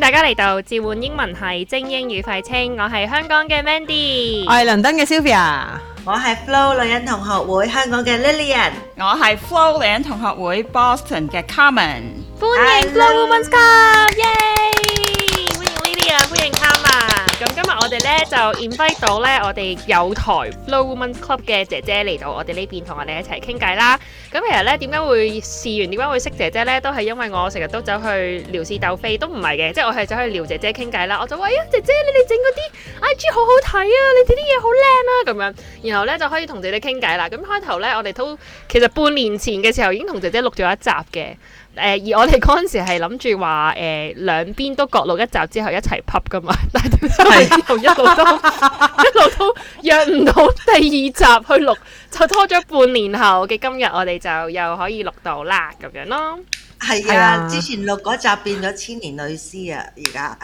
大家嚟到召喚英文系精英與廢青，我係香港嘅 Mandy，我係倫敦嘅 Sylvia，我係 Flow 女人同學會香港嘅 Lillian，我係 Flow 女人同學會 Boston 嘅 Carmen。歡迎 Flow Hello Women's Club，耶！歡迎 Lily 啊，歡迎 Carmen。咁今日我哋咧就 invite 到咧我哋有台 Flow Women's Club 嘅姐姐嚟到我哋呢邊同我哋一齊傾偈啦。咁其實咧點解會試完點解會識姐姐咧，都係因為我成日都走去聊是鬥非，都唔係嘅，即係我係走去撩姐姐傾偈啦。我就話：哎呀，姐姐你哋整嗰啲 IG 好好睇啊，你哋啲嘢好靚啊咁樣。然後咧就可以同姐姐傾偈啦。咁開頭咧我哋都其實半年前嘅時候已經同姐姐錄咗一集嘅。誒、呃而我哋嗰陣時係諗住話誒兩邊都各錄一集之後一齊 pub 噶嘛， 但係點知我哋之後一路都一路都約唔到第二集去錄，就拖咗半年後嘅今日，我哋就又可以錄到啦咁樣咯。係係啊啊，之前錄嗰集變咗千年女屍啊，而家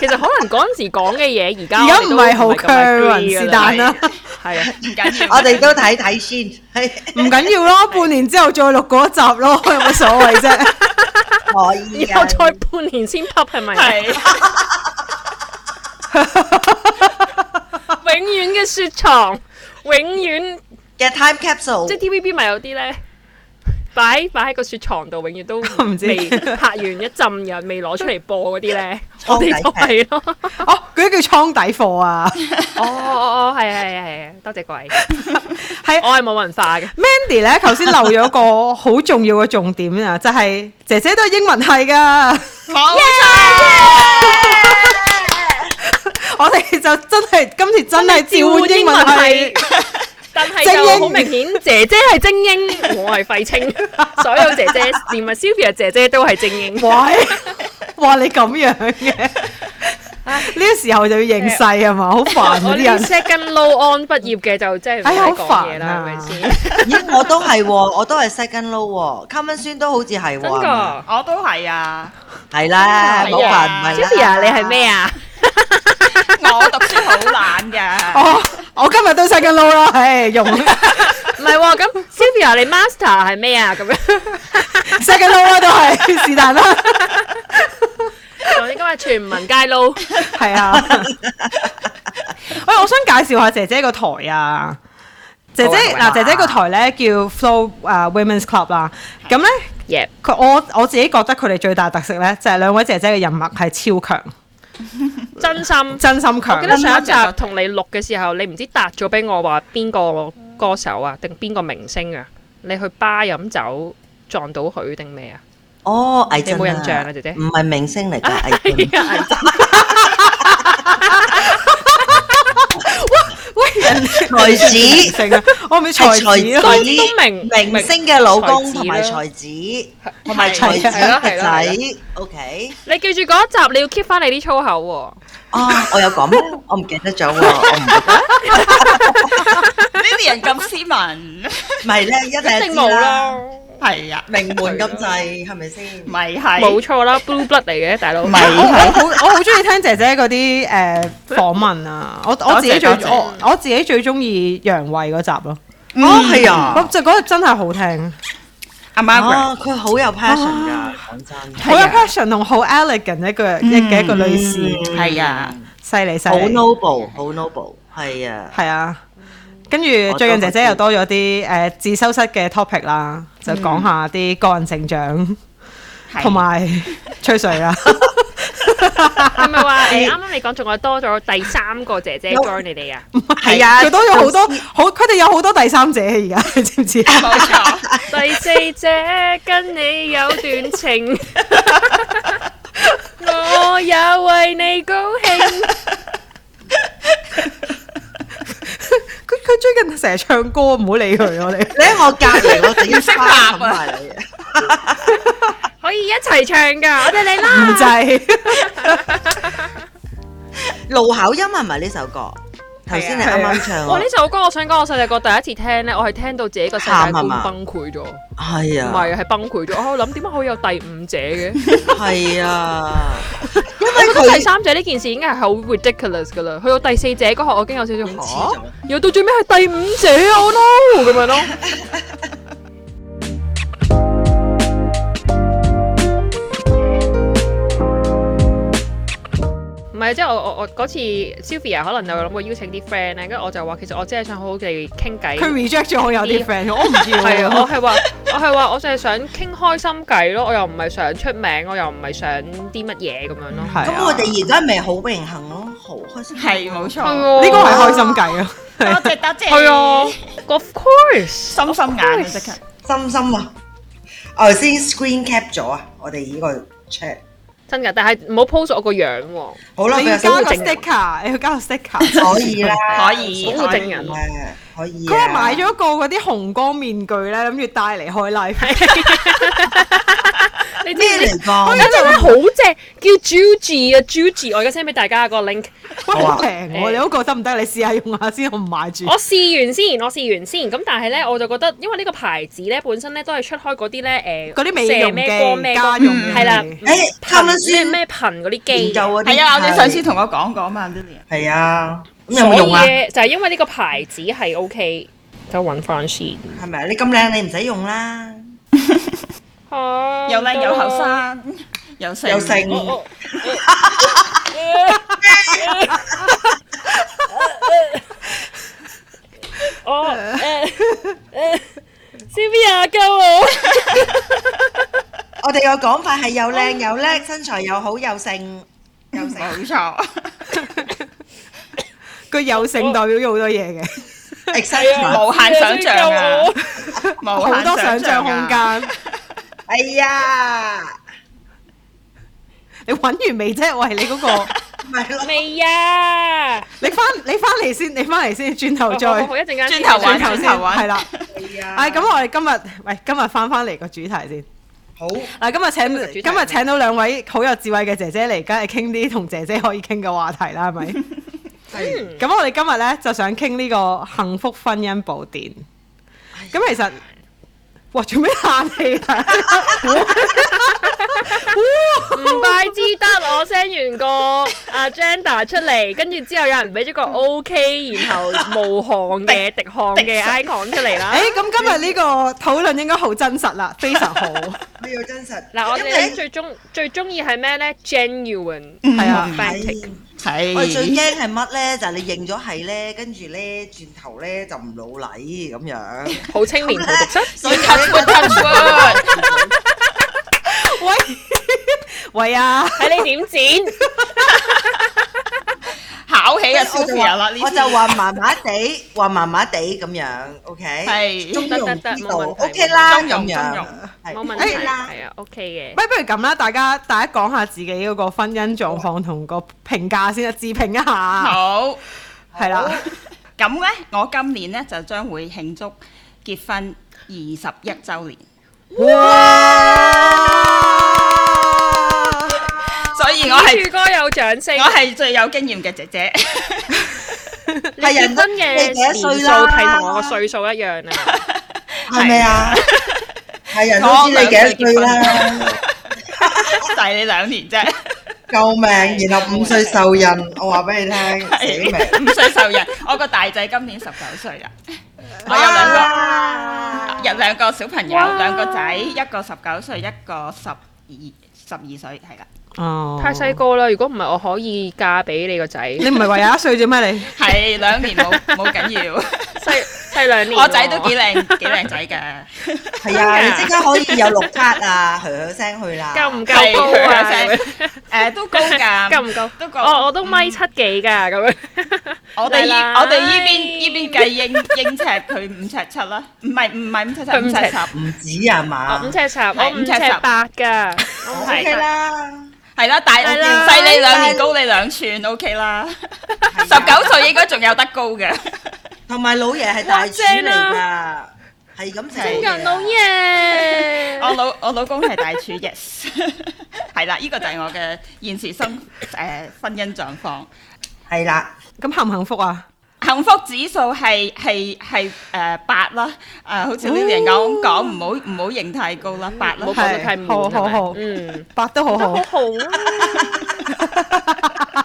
其實可能嗰陣時講嘅嘢，而家而家唔係好我哋都唔係咁 agree current 是㗎啦但啦，係 啊。唔緊要，我哋都睇 睇先，係唔緊要咯，半年之後再錄嗰一集咯， 有乜所謂啫？可以然後啊。再半年先 pop 係咪？係永遠嘅雪藏，永遠嘅 time 即 capsule 哦係 TVB 咪有啲咧，擺擺喺個雪藏度，永遠 都唔知未拍完一浸又未攞出嚟播嗰啲咧， 倉我底哋就係咯。哦，嗰啲叫倉底貨啊，哦哦哦，係係係係，多謝各位。係我係冇文化嘅， Mandy 咧，頭先漏咗個好重要嘅重點啊，就係、姐姐都係英文系噶，冇錯。我哋就真係今次真係召喚英文系，但係精就英好明顯，姐姐係精英， 我係廢青。所有姐姐，連埋 Sylvia 姐姐都係精英。喂，哇你咁樣嘅，呢個時候就要認世啊嘛，好煩我嗰呢啲人。 second low on 畢業嘅就真係哎呀唔使講嘢好啦，係煩啊咪先？咦，我都係喎，我都係 second low 喎，common 酸都好似係真啊喎，㗎我都係啊！係啦，真冇係啊辦法唔係啦。 ，Sylvia 你係咩啊？我讀書好懶㗎，哦，我今日都使緊撈啦，唉，用使唔係喎，咁 Sylvia 你 master 係咩啊？咁樣，緊撈啦，都係是但啦，我哋今日全民皆撈，係啊。喂，我想介紹下姐姐個台啊。姐好姐啊好啊嗱，姐姐個台咧叫 Flow 啊 Women's Club 啦。咁咧，耶！佢我我自己覺得佢哋最大特色咧，就係兩位姐姐嘅人脈係超強，真心。真心我記得強。上一集同你錄嘅時候，你唔知答咗俾我話邊個歌手啊，定邊個明星啊？你去巴飲酒撞到佢定咩啊？哦，魏俊你冇印象啊姐姐啊唔係明星嚟 㗎，魏俊。喂，人才子成啊，我咪才係子咯。咯才子，都明明星嘅老公明同埋才子啦才子，同埋才子係咯係嘅咯係啊仔，OK。你記住嗰一集，你要 keep 翻你啲粗口喎、啊！我有講咩？我唔記得咗喎，我唔記得呢啲人咁斯文，唔係咧，一一睇定就冇知啦，啦，係啊，名門咁滯係咪先？咪係冇錯啦，blue blood 嚟嘅大佬。咪我我好我好中意聽姐姐嗰啲誒訪問啊！我我自己最多謝多謝我我自己最中意楊慧嗰集咯，哦，係 à? 啊咁，就嗰集真係好聽，阿 Margaret 啊，佢好有 passion 㗎，講真，好有 passion 同好 elegant 一個一嘅一個女士，係啊，犀利犀好利， noble，好 noble，係 ờ, 啊，係啊！跟住最近姐姐又多咗啲誒自修室嘅 topic 啦，就嗯講下啲個人成長係同埋吹水啊啦。係咪話誒？啱啱你講仲有多咗第三個姐姐有 join 你哋啊？係啊，佢多咗好多好，佢哋有好多第三者啊而家， 你知唔啊知？ 冇錯，第四者跟你有段情， 我也為你高興。佢佢最近成日唱歌，唔好理佢， 我哋。你喺我隔離，我就要花埋你。可以一齊唱噶，我哋嚟唔啦！制，盧巧音係咪呢首歌？頭先你啱啱唱哇！哦呢喎，首歌我想講，我細細個第一次聽咧，我係聽到自己個世界喊觀啊嘛崩潰咗，唔係啊，係係崩潰咗。我諗點解可以有第五者嘅？係啊，因為我覺得第佢三者呢件事已經係好 ridiculous 噶啦，去到第四者嗰刻，我已經有少已經少黐嚇咗，然後到最尾係第五者我 no 咁樣咯。係，即係我我我嗰次 Sylvia 可能有諗過邀請啲 friend 咧，跟住我就話其實我只係想好好哋傾偈。佢 reject 咗我有啲 friend，我唔係要啊，我係話我係話我淨係想傾開心偈咯，我又唔係想出名，我又唔係想啲乜嘢咁樣咯。係咁啊我哋而家咪好榮幸咯，好開心。係冇係錯，喎，呢個係開心計啊！多謝多謝，係啊，of course。心心眼啊即刻。心心啊！我頭先 screen cap 咗啊，我哋呢個 chat。真㗎，但係唔好 post 我個樣喎，好啦，啊你要佢加個有整 sticker，你要加個 sticker。 可以啦，可以保護證人誒可以啊。佢係買咗個嗰啲紅光面具咧，諗住帶嚟開 live。你知唔咩知？嚟㗎？哎我而家哦真係好正，叫 Juji 啊，Juji，我而家 send 俾大家個 link，喂，好啊好平誒喎！你都覺得唔得？你試下用下先，我唔買住。我試完先，我試完先。咁但係咧，我就覺得，因為呢個牌子咧本身咧都係出開嗰啲咧誒，嗰啲美容射咩光嘅咩家光用嗯嘅，係啦，誒，卡文頻咩書咩頻嗰啲研機究。嗰啲係啊，我哋上次同我講過嘛，Lily。係啊，咁有所冇以用啊？呢就係因為呢個牌子係 OK，就揾翻先。係咪啊？你咁靚，你唔使用啦。哦又靚又後，生，又成又成我我我誒誒，Sylvia 救我！我哋個講法係又靚又叻，身材又好又性又 性。冇錯。佢有性代表咗好多嘢嘅， exactly。無限想像啊！ 無好限多想像像空啊！間。哎呀，你揾完未啫？喂，你嗰個，咪咯，未啊！你翻你翻嚟先，你翻嚟先，轉頭好好再好一陣間先轉頭玩轉頭轉頭玩係啦。係啊。唉，咁我哋今日喂，今日翻翻嚟個主題先。好，嗱，今日今日主題啊請今咩日請到兩位好有智慧嘅姐姐嚟，梗係傾啲同姐姐可以傾嘅話題 啦，係咪？係嗯咁我哋今日咧就想傾呢個幸福婚姻寶典。哎咁其實，哇，做咩 嘆氣啊？唔怪之得我 send 完個 agenda 出嚟，跟住之後有人俾咗個 OK，然後無項嘅滴項嘅 icon 出嚟啦。誒，咁今日呢個討論應該好真實 啦，非常好，我要真實。嗱，我哋因為咧最中最中意係咩咧？Genuine à, 係啊。 authentic。係我最驚係乜咧？就係你認咗係咧，跟住咧轉頭咧就唔老禮咁樣。好青年好讀室，所以我呢個 touch wood 喂 喂啊！睇你點剪。考起啊我就 Sophia 啦話呢我次就話麻麻地，話麻麻地咁樣，OK，係中得得得庸之道冇問題，OK 啦，中庸咁樣中庸係冇問題， ，OK 啦，係啊，OK ờ, 嘅。喂，不如咁啦，大家大家講下自己嗰個婚姻狀況同個評價先啦，自評一下，好。係啦，咁咧，我今年咧就將會慶祝結婚二十一週年，哇！所以我我係 Dạ. 柱哥有掌聲，我係最有經驗嘅姐 姐。你結婚嘅你幾年數多歲啦係同我個歲數一樣啊！係咪啊？係人都我知你兩幾多歲歲啦，結大你兩年啫，救命！然後五歲受孕，我話俾你聽，死命！係 五歲受孕。我個大仔今年十九歲啦，我有兩個。啊有兩個小朋友，哇兩個仔，一個十九歲，一個十二十二歲，係啦，哦 Ờ. 太細個啦，如果唔係我可以嫁俾你個仔，你唔係話廿一歲啫咩？你係兩年 冇冇緊要，細細兩年喎。我仔都幾靚幾靚仔嘅，係啊，你即刻可以有綠卡啊， 嘘嘘聲去啦，夠唔 夠係高啊？哦佢聲誒都高㗎，夠唔夠？都高，我我都米 Ừ. 七幾㗎咁樣。哦我哋依奶奶我哋依邊依邊計英英尺，佢五尺七啦，唔係唔係五尺七，佢五五尺尺十，唔止啊我 À. 嘛哦五尺十，我係五五尺尺十八㗎，我唔，OK 係。 啦，係啦，大係啦細你兩年，高你兩寸，OK 啦，十係啊九歲應該仲有得高 嘅，同埋老爺係大廚啊嚟㗎，係咁食正嘢啊人老爺，我老我老公係大廚，yes，係 啦，呢個就係我嘅現時生誒、婚姻狀況。係 啦，咁幸唔幸福啊？幸福指數係係係誒八啦，誒、好似 Lilian 講講，唔好唔好認太高啦，八啦唔好，講得太滿係好好好啊嗯，八都好都好好，好啊！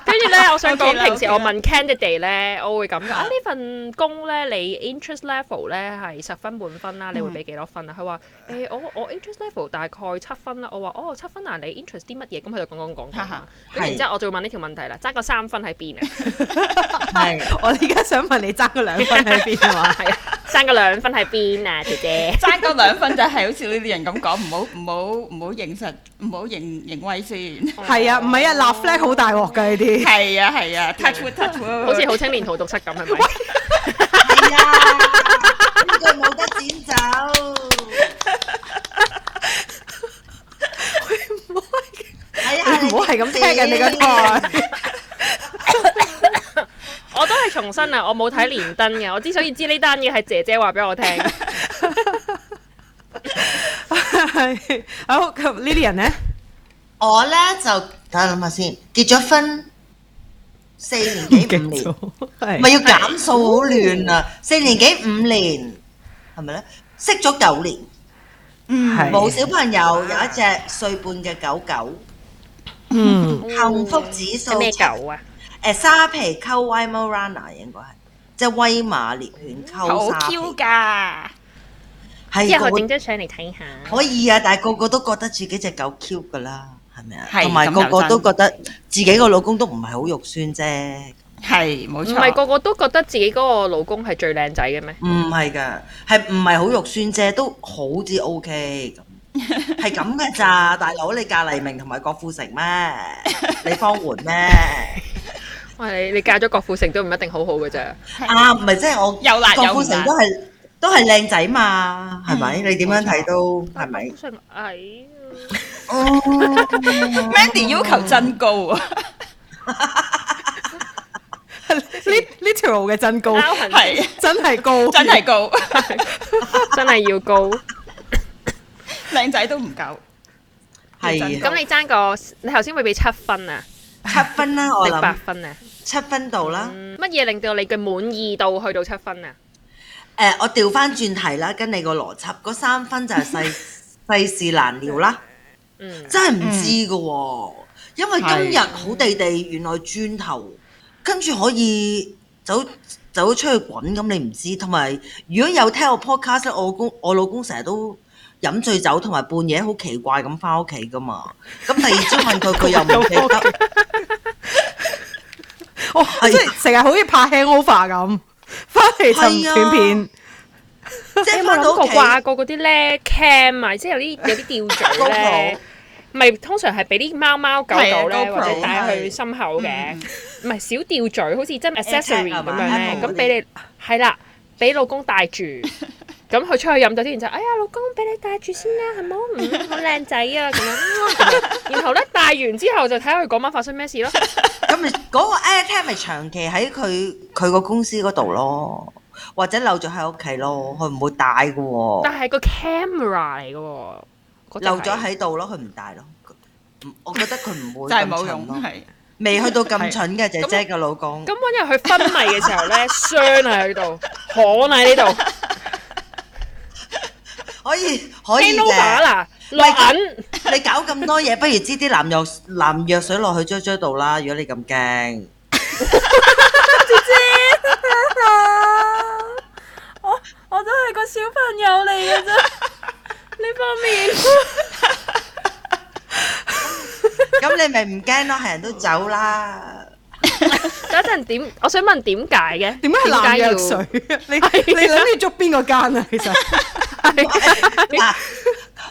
跟住咧，我想 OK 啦講平時 OK 啦我問 candidate 咧，我會咁㗎啊呢份工咧，你 interest level 咧係十分滿分啦，你會俾幾多分啊？佢話誒我我 interest level 大概七分啦，我話哦七分啊，你 interest 啲乜嘢？咁佢就講講講講啦，咁然之後我就會問呢條問題啦，爭個三分喺邊啊？係我而家想問你爭嗰兩分喺邊啊嘛？係啊，爭個兩分喺邊啊，姐姐？爭嗰兩分就係好似呢啲人咁講，唔好唔好唔好認實，唔好認認威先。 係哦啊，唔係啊，立 flag 好大鑊㗎呢啲。係啊係啊，touch wood touch wood，好似好青年荼毒室咁係咪？係啊，呢個冇得剪 走。睇下你唔好 係咁聽人哋個台。 我都係重申啊，我冇睇連登嘅，我之所以知呢單嘢係姐姐話俾我聽。係好，咁呢啲人咧，我咧就等我諗下先，結咗婚四 年幾五年，係咪要減數好亂啊！四年幾五年係咪咧？識咗九年，係冇小朋友，有一隻歲半嘅狗狗，嗯哦幸福指數係咩狗啊？誒沙皮溝威馬拉娜應該係，即係威馬獵犬溝好沙 Q 皮，㗎。之係後個我整個張相嚟睇下。可以啊，但係個個都覺得自己只狗 Q 噶啦，係咪啊？係同埋咁個又個真都覺得自己個老公都唔係好肉酸啫。係冇唔係錯，個個都覺得自己嗰個老公係最靚仔嘅咩？唔係㗎，係唔係好肉酸啫？都好至 O K 咁，係咁嘅咋，大佬你嫁黎明同埋郭富城咩？你方媛咩？喂，你你嫁咗郭富城都唔一定好好嘅啫。啊，唔係即係我有辣有唔辣郭富城都係都係靚仔嘛，係咪？你點樣睇都係咪郭？富城矮啊。 Mandy 要求真高啊！呢呢條路嘅真高，拗痕係真係高，真係高，真係要高。靚仔都唔夠。係咁咁你爭個，你頭先會俾七分啊，七分啦，我定八諗啊分啊？七分度啦。嗯乜嘢令到你嘅滿意度去到七分啊？誒、我調翻轉題啦，跟你個邏輯，嗰三分就係世世事難料啦，嗯，真係唔知嘅喎，因為今日好地地，原來轉頭跟住可以走走出去滾，咁你唔知，同埋如果有聽我 podcast 咧，我老公我老公成日都。飲醉酒同埋半夜好奇怪咁翻屋企噶嘛，咁第二朝問佢佢又唔記 得，哇哦即係成日好似拍 hangover 咁，翻嚟就唔斷片。即你係有冇翻到諗屋過企掛過嗰啲咧 cam 啊，即係有啲有啲吊 嘴咧 GoPro，咪通常係俾啲貓貓狗狗係啊咧， ，GoPro，或者帶去心口嘅，嗯唔係小吊嘴，好似真 accessory 咁 tag 啊係嘛樣咧， Apple 咁俾你係啦，俾老公戴 住。咁佢出去飲酒之前就，哎呀，老公俾你戴住先啦，係冇？嗯，好靚仔啊，咁樣。然後咧戴完之後就睇下佢嗰晚發生咩 事咯。咁咪嗰個 AirTag 咪長期喺佢佢個公司嗰度咯，或者留咗喺屋企咯，佢唔會帶嘅喎，但係個 camera 嚟嘅喎，嗰隻留係咗喺度咯，佢唔帶咯。唔我覺得佢唔會 真係咁冇蠢用，咯，係未去到咁蠢嘅姐姐嘅老公咁。嗰日佢昏迷嘅時候咧，傷喺度， 可喺呢度可以可以，handover 嘅，啦，落銀 你搞咁多嘢，不如支啲藍藥藍藥水落去追追度啦。如果你咁驚，我我都係個小朋友嚟嘅啫，呢方面咁你咪唔驚咯，係人都走啦。等陣點？我想問點解嘅？點解係藍藥水點啊？ 你你諗住捉邊個奸啊？其實解要？ 嗱，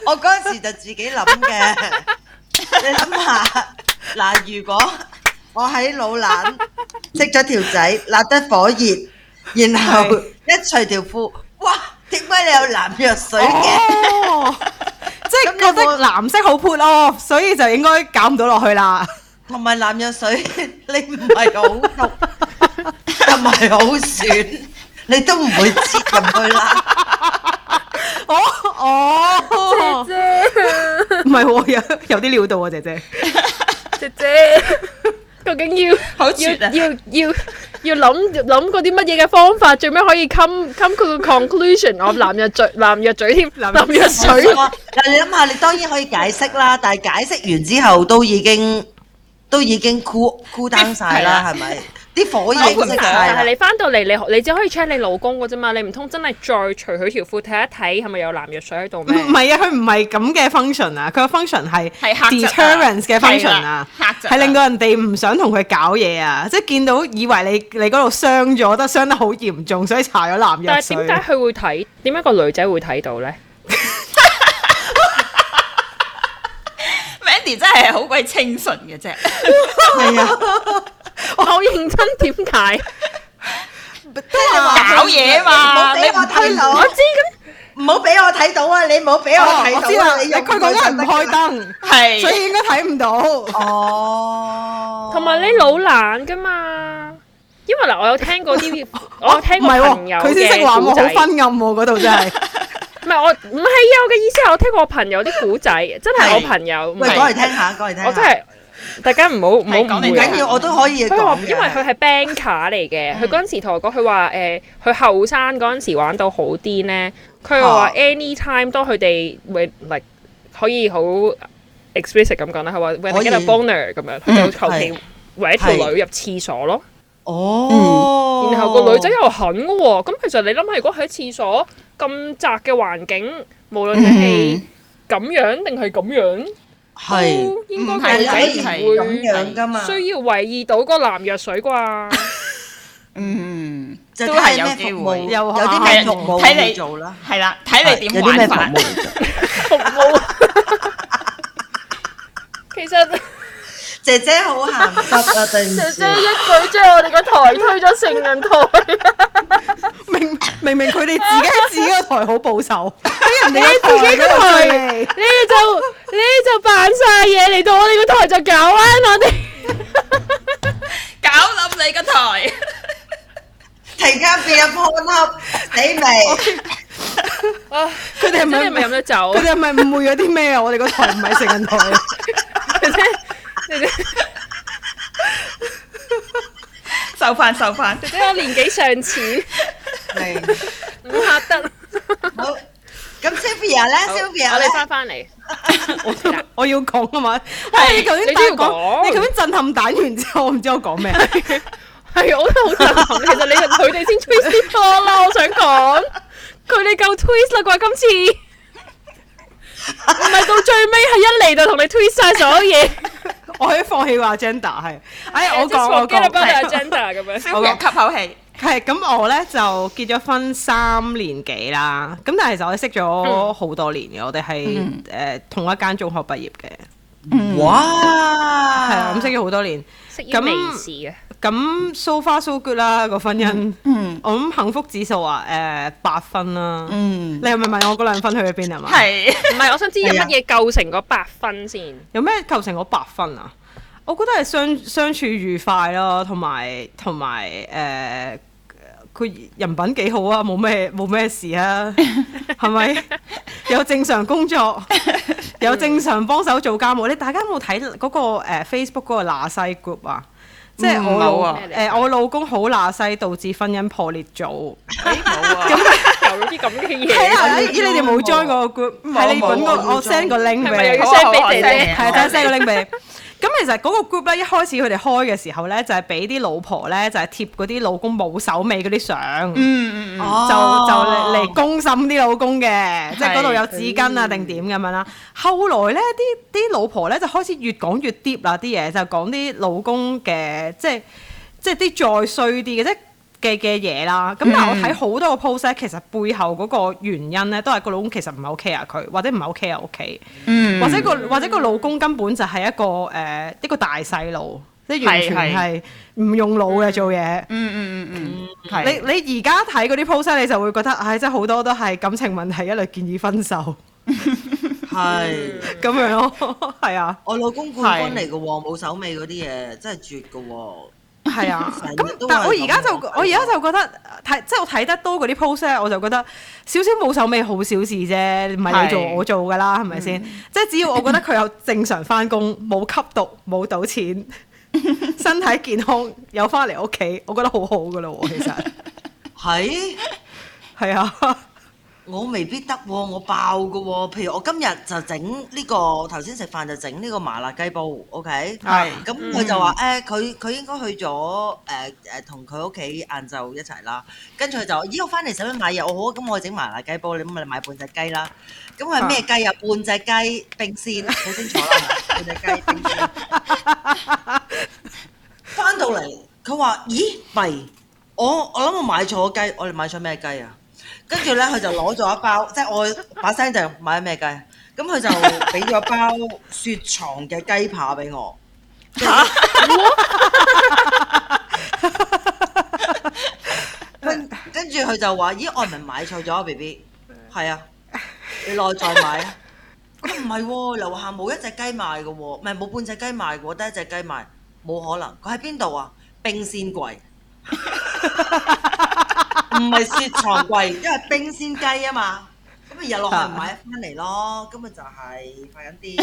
我嗰陣時就自己諗嘅。 你諗下，嗱，如果我喺老蘭識咗條仔，辣得火熱，然後一除條褲，哇！點解你有藍藥水嘅？哦，即係咁你覺得冇藍色好 put off，所以就應該搞唔到落去啦。同埋藍藥水， 你唔係好毒，又唔係好酸，你都唔會切入去啦。哦哦，唔係喎，有有啲料到啊，姐姐。姐姐，究竟要好要絕啊要要要諗諗嗰啲乜嘢嘅方法，最尾可以 come come 佢個 conclusion？我藍藥嘴藍藥嘴添，藍藍藥水。嗱，你諗下，你當然可以解釋啦，但係解釋完之後都已經都已經 cool cool down 晒啦，係咪？啲火已但經熄 晒係啦。你翻到嚟，你你只可以 check 你老公嘅啫嘛，你唔通真係再除佢條褲睇一睇係咪有藍藥水喺度唔咩？唔係啊，佢唔係咁嘅 function 啊，佢個 function 係係嚇窒啊 deterrence 嘅 function 啊係啦嚇窒啊，係令到人哋唔想同佢搞嘢啊，即係見到以為你你嗰度傷咗，得傷得好嚴重，所以搽咗藍藥但係水。點解佢會睇？點解個女仔會睇到咧？ Mandy 真係好鬼清純嘅啫，係啊，我好認真，點解？à? 搞嘢唔嘛，好俾我你睇到， 我知咁。唔好俾我睇到啊！你唔好俾我哦睇到我啊！知啦，你你用佢嗰間唔開就得㗎啦。燈，所係以應該睇唔到。哦，同埋你老懶噶嘛？因為嗱，我有聽過啲，我有聽唔過係朋友喎，佢先識嘅話我古好仔。昏暗喎，嗰度真係。唔係我唔係啊！我嘅意思係我聽過我朋友啲古仔，真係係我朋友。唔喂，係講嚟聽下，講嚟聽下。我真係大家唔好唔好係講嚟誤唔會啊聽緊要，我都可以佢話講因嘅為佢係 banker 嚟嘅，佢嗰陣時同我講，佢話誒，佢後生嗰陣時玩到好癲咧，佢話哦 anytime 當佢哋會 like 可以好 explicit 咁講啦，佢話 when 可 I 以 get a boner 咁樣，佢就求其係搲條女入廁所咯。哦，然後個女仔又肯嘅喎，咁其實你諗下，如果喺廁所咁窄嘅環境，無 Ừ. 論你係咁樣定係咁樣，係。都應該唔個係仔你唔可以會咁樣㗎嘛需要為意到個藍藥水啩。嗯就都係睇有咩機服會務，有有啲咩服務睇你去做啦，係啦，睇你有點啲咩玩服法務。 去做。服務。 其實姐姐好鹹濕啊！對唔姐住姐，一舉將我哋個台推咗成人台，明明明佢哋自己喺自己個台好保守，喺人你哋嘅自己個嗰度台，追你你就你就扮晒嘢嚟到我哋個台就搞彎我哋。搞冧你個台，突然間變咗 porn up，你 咪佢真哋係係咪咪飲咗酒啊佢？哋係咪誤會咗啲咩啊？我哋個台唔係成人台，姐姐， 姐姐，收翻收翻。姐姐，我年紀尚淺，係唔嚇得。好。咁 Sylvia 咧，Sylvia 我咧哋，翻翻嚟。我我要講啊嘛。喂，你究你竟都要講，講你咁樣震撼彈完之後，我唔知我講咩。 係，我都好震撼。其實你哋佢哋先 twist 啲波啦，我想講，佢哋夠 twist 啦啩，今次唔係到最尾係一嚟就同你 twist 晒所有嘢。我可以放棄個 agenda 係。哎， 我 Just 講我 forget about 講。 the agenda 咁樣。我吸口氣，係咁，我咧就結咗婚三年幾啦。咁但係其實我哋識嗯咗好多年嘅，我哋係誒同一間中學畢業嘅，哇，係啊，咁識咗好多年。識於咁微視嘅，咁 so far so good 啦，個婚姻，嗯我諗幸福指數啊，誒、八分啦。嗯你，係咪問我嗰兩分去咗邊啊嘛？係唔係，我想知有啊乜嘢構成嗰八分 先。有咩構成我八分啊？我覺得係相相處愉快咯，同埋同埋誒，呃佢、人品幾好啊，冇咩冇咩事 啊，係咪？有正常工 作，有正常幫手做家務。你大家有冇睇嗰個、呃、Facebook 嗰個乸西 group 啊？即係我老冇誒啊、我老公好乸西，導致婚姻破裂組。 冇啊，有啲咁嘅係嘢，啦，咦你哋冇 join 嗰個 group，係你揾個我 send 個 link 係咪又俾你要好。 send 俾姐姐？哦係啊，等下 send 個 link 俾你。咁其實嗰個 group 咧，一開始佢哋開嘅時候咧，就係俾啲老婆咧，就係貼嗰啲老公冇手尾嗰啲相，就嗯嗯 Ờ. 嗯，就哦嚟嚟公審啲老公嘅，即係係嗰度有紙巾啊定點咁樣啦。後來咧，啲啲老婆咧就開始越講越 deep 啦，啲嘢就講啲老公嘅，即係即係啲再衰啲嘅，即係。嘅嘅嘢啦，咁但係我睇好多個 post 咧，其實背後嗰個原因咧，都係個老公其實唔係 OK 啊佢，或者唔係 OK 啊屋企。嗯或者個或者個老公根本就係一個誒、呃一個大細路，即係完全係係唔用腦嘅做嘢。嗯嗯嗯嗯，你係你而家睇嗰啲 post 你就會覺得，唉、真係好多都係感情問題，一律建議分手係咁樣咯， 係啊，我老公冠軍嚟嘅喎，冇手尾嗰啲嘢真係絕嘅喎。係啊。成日咁都但係我而家就咁我而家就覺得呃睇，即係我睇得多嗰啲 post 咧，我就覺得少少冇手尾好小事啫，唔係你做係我做㗎啦，係咪先？嗯即係只要我覺得佢有正常翻 工，冇吸毒，冇賭錢。身體健康有翻嚟屋企，我覺得好好噶咯喎，其實係係啊，我未必得喎，我爆噶喎。譬如我今日就整呢、個頭先食飯就整呢個麻辣雞煲，OK？係咁佢就話誒，佢佢、應該去咗誒誒同佢屋企晏晝一齊啦。跟住佢就話咦，我翻嚟使唔使買嘢？我好啊，咁我整麻辣雞煲，你咁咪買半隻雞啦。咁係咩雞啊？半隻雞冰鮮，好清楚啦，半隻雞冰鮮。翻到嚟，佢話：咦，咪我我諗我買錯雞，我哋買錯咩雞啊？跟住咧，佢就攞咗一包， 即係我把聲就買咗咩雞，啊咁佢就俾咗包雪藏嘅雞扒俾我。 跟跟住佢就話：咦，我係咪買錯咗，B B？係啊，你內在買啊。咁唔係喎，樓下冇一隻雞賣嘅喎，唔係冇半隻雞賣嘅喎，得一隻雞賣，冇可能。佢喺邊度啊？冰鮮 櫃，唔係雪藏櫃，因為冰鮮雞啊嘛。咁咪日落 去啊買翻嚟咯，咁咪就係快緊啲。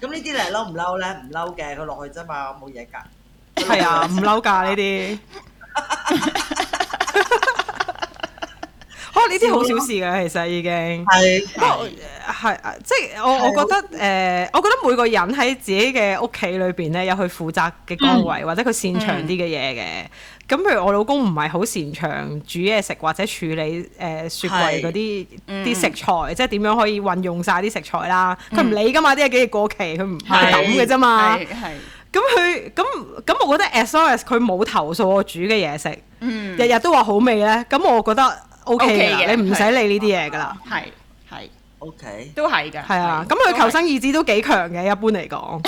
咁呢啲你係嬲唔嬲咧？唔嬲嘅，佢落去啫嘛，冇嘢㗎。係啊，唔嬲㗎呢 啲。可哦能呢啲好小事嘅，其實已經。係不過係啊，即係我我覺得誒、呃我覺得每個人喺自己嘅屋企裏邊咧，有佢負責嘅崗位、嗯或者佢擅長啲嘅嘢嘅。咁譬如我老公唔係好擅長煮嘢食或者處理誒、呃雪櫃嗰啲嗯啲食材，即係點樣可以運用晒啲食材啦。佢唔理噶嘛，啲嘢幾日過期，佢唔係係抌嘅啫嘛。係係咁佢咁咁，我覺得 as long as 佢冇投訴我煮嘅嘢食，Ừ. 日日、都話好味咧，咁我覺得 O K 嘅嗯 OK 啦，嘅你唔使理呢啲嘢噶啦。係係 OK。都係㗎。係啊，係咁佢都求係生意志都幾強嘅，一般嚟講。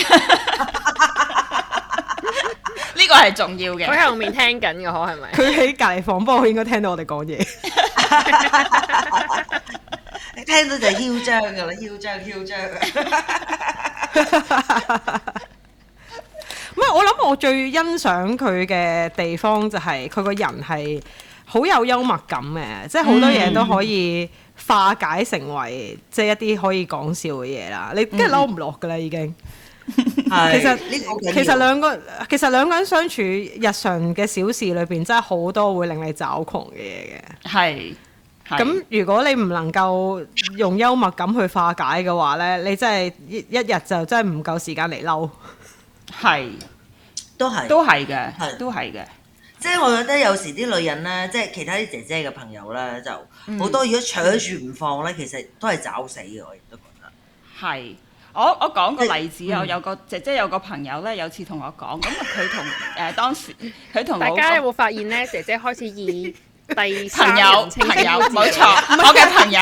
呢個係重要佢嘅。喺後面聽緊嘅，可係咪？佢喺隔離房，不過佢應該聽到我哋講嘢。 你聽到就係囂張㗎啦，囂張囂張。唔係，我諗我最欣賞佢嘅地方就係佢個人係好有幽默感嘅，即係好多嘢都可以化解成為即係一啲可以講笑嘅嘢啦。你跟住嬲唔落㗎啦，已經。其其實呢個好緊要其實兩個其實兩個人相處日常嘅小事裏邊，真係好多會令你抓狂嘅嘢嘅。係係咁如果你唔能夠用幽默感去化解嘅話呢，你真係一一日就真係唔夠時間嚟 嬲。係都係。都係嘅，係都係嘅。即係我覺得有時啲女人咧，即係其他啲姐姐嘅朋友咧，就好、多如果搶住唔放咧，其實都係找死嘅，我亦都覺得。係。我我講個例子啊，我有個姐姐有個朋友咧，有次同我講，咁佢同誒當時佢同大我家有冇發現咧？姐姐開始以第朋三友人稱朋友呼自己冇錯， 我嘅朋友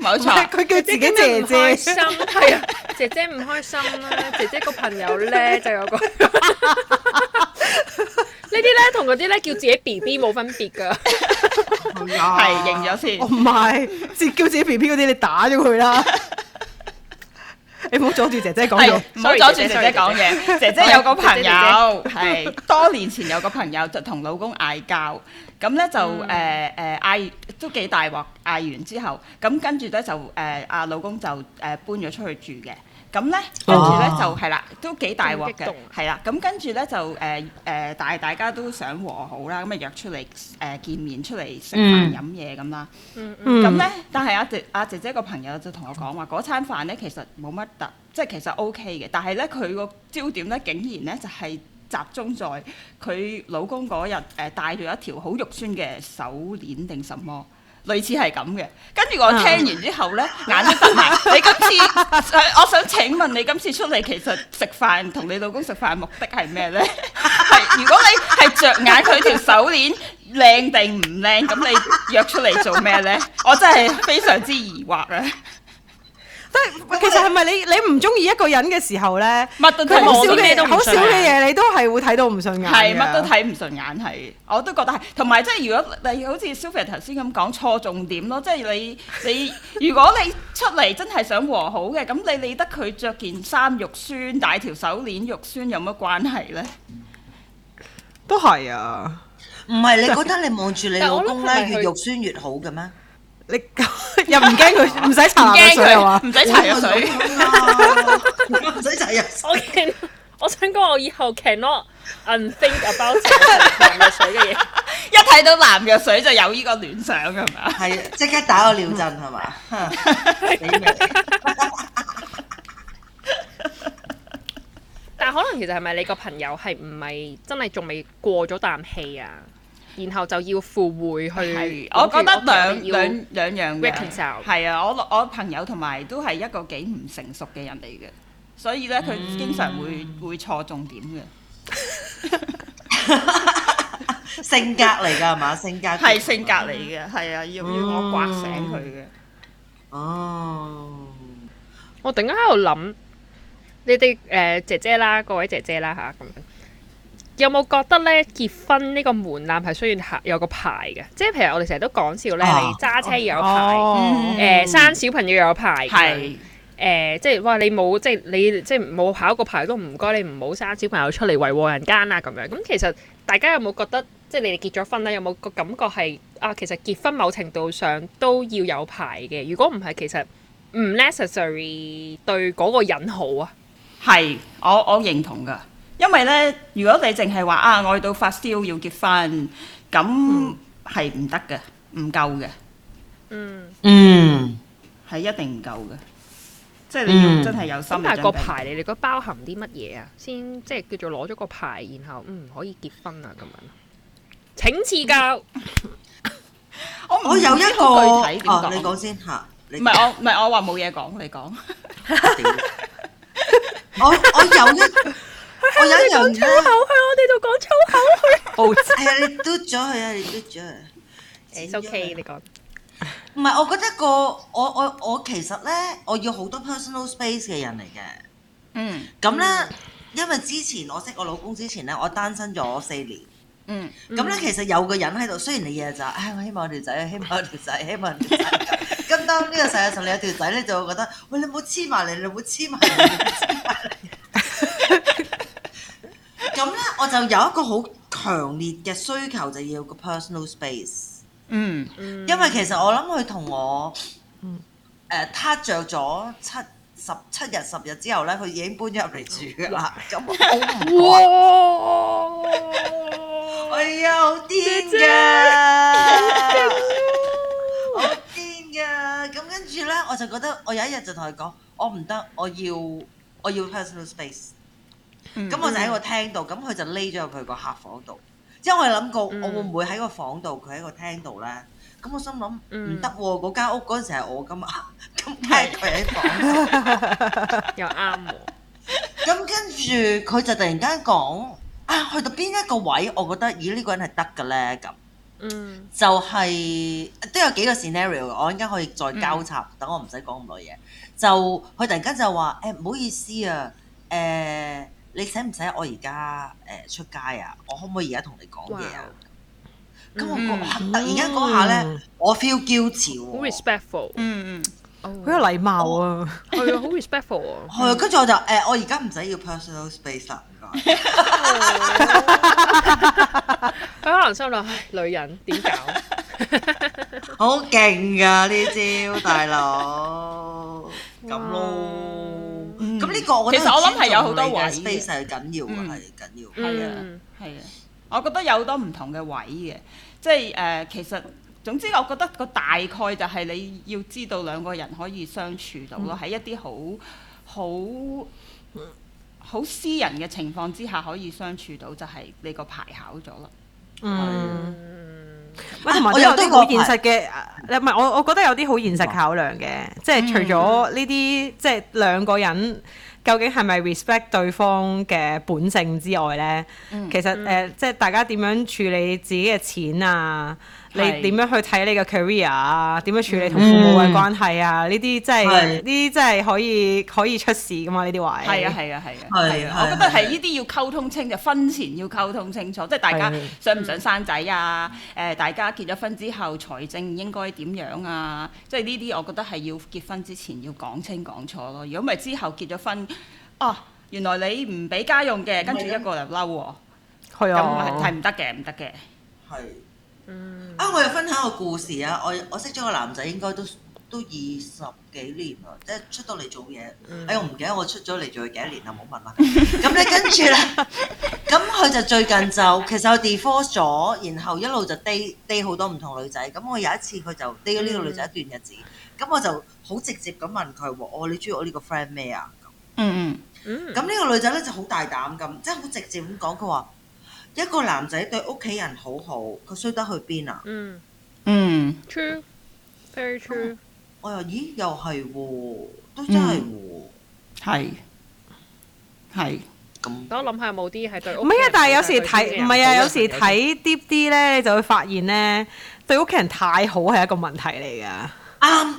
冇 錯，佢叫自己姐唔開姐心，，係啊，姐姐唔開心 啦，姐姐個朋友咧就有個 呢啲咧同嗰啲咧叫自己 B B 冇分別 噶，哦係認咗先我。唔係，自叫自己 B B 嗰啲，你打咗佢啦。 你唔好阻住姐姐講係嘢。唔好哎 Sorry，阻住姐姐姐姐講嘢。姐姐有個朋 姐友姐係多年前有個朋友就同老公嗌交，咁咧就誒嗯誒嗌都幾大鑊，嗌完之後，咁跟住咧就誒阿、老公就誒、搬咗出去住嘅。咁咧，跟住咧就係啦，都幾大鑊咁激嘅動啊，係啦。咁跟住咧就誒誒，但係大家都想和好啦，咁咪啊約出嚟誒、見面出嚟食飯飲嘢咁啦。嗯嗯咁咧，但係阿姐阿姐姐個朋友就同我講話，嗰餐飯咧其實冇乜特，即係其實 O K 嘅，但係咧佢個焦點咧竟然咧就係、集中在佢老公嗰日誒戴咗一條好肉酸嘅手鏈定什麼。類似係咁嘅，跟住我聽完之後呢，眼都突埋。你今次，呃我想請問你今次出嚟其實食飯同你老公食飯目的係咩呢？係如果你係着眼佢條手鏈靚定唔靚，咁你約出嚟做咩呢？我真係非常之疑惑啊！但係其實係咪你你唔中意一個人嘅時候呢？乜都睇佢好唔少順嘅眼，都唔好少嘅順嘢，你都係會睇到唔順眼。係乜都。睇唔順眼，係我都覺得係。同埋即係如果你好似 Sophia 頭先咁講錯重點咯，即係你 你如果你出嚟真係想和好嘅，咁你理得佢着件衫肉酸，戴條手鏈肉酸有乜關係呢？都係啊。唔係你覺得你望住你但老我諗公係咧咪佢越肉酸越好嘅咩？你 又唔驚佢，唔使唔搽眼驚水係嘛 佢，唔使搽藥水。 我老公啊唔使就係入我見我想講我以後 cannot unthink about 飲藥水嘅嘢。一睇到藍藥水就有呢個聯想㗎係咪啊？係即刻打個尿震係嘛？死未？但可能其實係咪你個朋友係唔係真係仲未過咗啖氣啊？然後就要附會去係，，我覺得兩要兩兩樣嘅 reconcile 係啊，我我朋友同埋都係一個幾唔成熟嘅人嚟嘅，所以咧佢經常會會錯重點嘅。 性格嚟㗎係嘛？性格係性格嚟嘅，係啊，要要我刮醒佢嘅。哦，我突然間喺度諗，你哋誒、呃姐姐啦，各位姐姐啦吓，咁樣，有冇覺得咧結婚呢個門檻係需要下有個牌嘅？即係譬如我哋成日都講笑咧，啊你揸車要有牌，誒、哦嗯，生小朋友要有牌，係誒、即係哇！你冇即係你即係冇考過牌都唔該，你唔好生小朋友出嚟為禍人間啦咁樣。咁其實大家有冇覺得即係你哋結咗婚啦，有冇個感覺係啊？其實結婚某程度上都要有牌嘅。如果唔係，其實唔 necessary 對嗰個人好啊。係，我我認同噶，因為咧，如果你淨係話啊愛到發燒要結婚，咁係唔得嘅，唔夠嘅，嗯，嗯，係一定唔夠嘅。即係你要嗯真係有心咁理但係個準備。牌你哋覺得包含啲乜嘢啊？先即係叫做攞咗個牌，然後嗯可以結婚啊咁樣。請賜教。我唔我有一知個好具體點哦，你講講先嚇，你唔係我唔係我話冇嘢講，你講。我我有 一我有一樣粗口去咧，我哋度講粗口去。係啊，你嘟咗佢啊，你嘟咗佢。 It's OK，你講。唔係，我覺得個我我我其實咧，我要好多 personal space 嘅人嚟嘅。嗯咁咧，因為之前我識我老公之前咧，我單身咗四年。嗯，咁咧，其實有個人喺度，雖然你日日就話唉，我希望我條仔， 希望我條仔，希望我條仔。咁當呢個世界上你有條仔咧，就會覺得喂，你唔好黐埋嚟，你唔好黐埋嚟，你唔好黐埋嚟。咁咧，我就有一個好強烈嘅需求，就要個 personal space。嗯因為其實我諗佢同我誒他着咗七十七日十日之後咧，佢已經搬咗入嚟住㗎啦。咁我唔 哇！哎呀，好癲㗎，好癲㗎！咁跟住咧，我就覺得我有一日就同佢講，我唔得，我要我要 personal space。嗯咁我就喺個廳度，咁佢就匿咗入佢個客房度。因為我諗過，嗯我會唔會喺個房度，佢喺個廳度咧？咁我心諗嗯唔得喎，嗰間屋嗰陣時係我噶嘛， 咁梗係佢喺房度。 又啱喎，咁跟住佢就突然間講啊，去到邊一個位，我覺得咦呢個人係得嘅咧咁。嗯就係、都有幾個 scenario，嘅我陣間可以再交插，等、我唔使講咁耐嘢。就佢突然間就話：誒、唔好意思啊，誒、你使唔使我而家誒出街啊？我可唔可以而家同你講嘢啊？咁我嗯覺哇突然間嗰下咧，我 feel guilty 好喎。 respectful，嗯嗯好有係啊，禮貌啊！好 respectful 喎。係啊，跟住我就誒、我而家唔使要 personal space 啦，唔該。佢可能心諗，唉，女人點搞？好勁噶呢招，大佬 咁咯。嗯咁呢個我覺得其實我諗係有好多尊重你嘅位嘅 space 係緊要嘅，嗯係緊要嘅。係啊嗯係啊，我覺得有好多唔同嘅位嘅，即係誒、呃其實總之我覺得個大概就係你要知道兩個人可以相處到咯，喺、一啲好好好私人嘅情況之下可以相處到，就係、你個牌考咗啦。嗯。嗯喂，同埋我都有有多啲個好現實嘅，誒唔係我我覺得有啲好現實考量嘅，即係除咗呢啲，即係兩個人究竟係咪 respect 對方嘅本性之外咧，其實誒、呃即係大家點樣處理自己嘅錢啊，你係點樣去睇你嘅 career 啊，點樣處理同父母嘅嗯關係啊，呢啲真係呢係啲真係可以可以出事噶嘛呢啲位。係啊，係啊，係啊，係係啊！係我覺得係呢啲要溝通清楚，婚前要溝通清楚，即係大家係想唔想生仔啊？誒、大家結咗婚之後財政應該點樣啊？即係呢啲，我覺得係要結婚之前要講清講楚咯。如果唔係之後結咗婚，哦，原來你唔俾家用嘅，跟住一個就嬲喎，係咁係係啊，唔得嘅，唔得嘅。係啊，我又分享個故事啊！我我識咗個男仔，應該都都二十幾年啦，即係出到嚟做嘢。哎，我唔記得我出咗嚟做嘢幾多年啦，冇問啦。 咁咧跟住咧，咁佢就最近就其實我 divorce 咗，然後一路就 date date 好多唔同女仔。咁我有一次佢就 date 咗呢個女仔一段日子，咁我就好直接咁問佢喎：我你中意我呢個 friend 咩啊？嗯嗯咁呢個女仔咧就好大膽咁，即係好直接咁講，佢話一個男仔對屋企人好好，佢衰得去邊啊？嗯嗯，true，very true，我又咦又係喎，都真係喎，嗯，係係咁等我諗下有冇啲係對唔係啊，但係有時屋企睇人唔係啊，好嘅有時朋友睇啲啲咧，你就會發現咧，對屋企人太好係一個問題嚟㗎。啱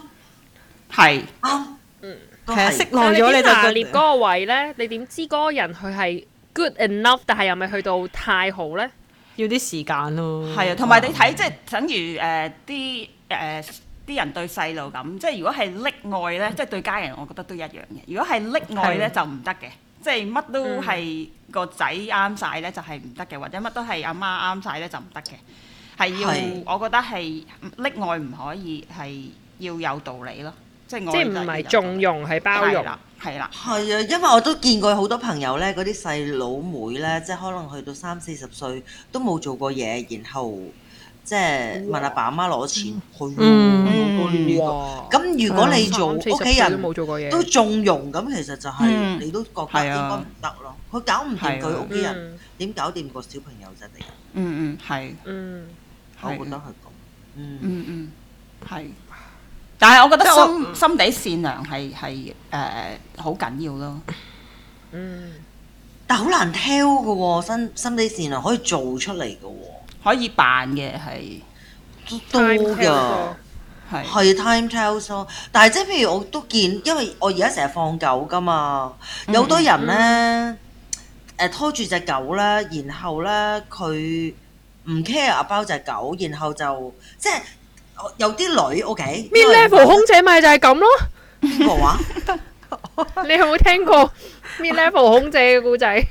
係啱，嗯，都其實係啊識耐但係咗你你點拿捏就嗰覺個位咧，你點知嗰個人佢係 good enough，但係又未去到太好咧？要啲時間咯。嗯係嗯啊，同埋你睇即係等於誒啲誒啲人對細路咁，即係如果係溺愛咧，嗯即係對家人，我覺得都一樣嘅。如果係溺愛咧係就唔得嘅，即係乜都嗯係個仔啱晒咧就係唔得嘅，或者乜都係阿媽啱晒咧就唔得嘅。係要係我覺得係嗯溺愛唔可以係要有道理咯，即係哦我即係唔係縱容係包容？係啦，係啊，因為我都見過好多朋友咧，嗰啲細佬妹咧，即係可能去到三四十歲都冇做過嘢，然後即係問阿爸阿媽攞錢，係喎嗯好多呢啲咁哇咁如果你做三四十屋企歲都人冇做過嘢，都縱容，咁其實就係嗯你都覺得係應該啊唔得咯。佢搞唔掂係佢啊屋企人，嗯點搞掂個小朋友啫？你嗯嗯係。嗯。我係覺得係咁。嗯，嗯嗯，係。但係我覺即係我得心心地善良係係誒好緊要咯。嗯，但好難 tell 嘅喎，心心地善良可以做出嚟嘅喎，可以扮嘅係都都 time 㗎 capsule。係係啊 time tells 咯，但係即係譬如我都見，因為我而家成日放狗噶嘛，有嗯好多人咧誒拖住只狗咧，然後咧佢唔 care about 只狗，然後就即係有啲女 OK 咩因為 level 空姐咪就係咁咯？ 邊個話？你有冇聽過咩 level 空姐嘅故仔？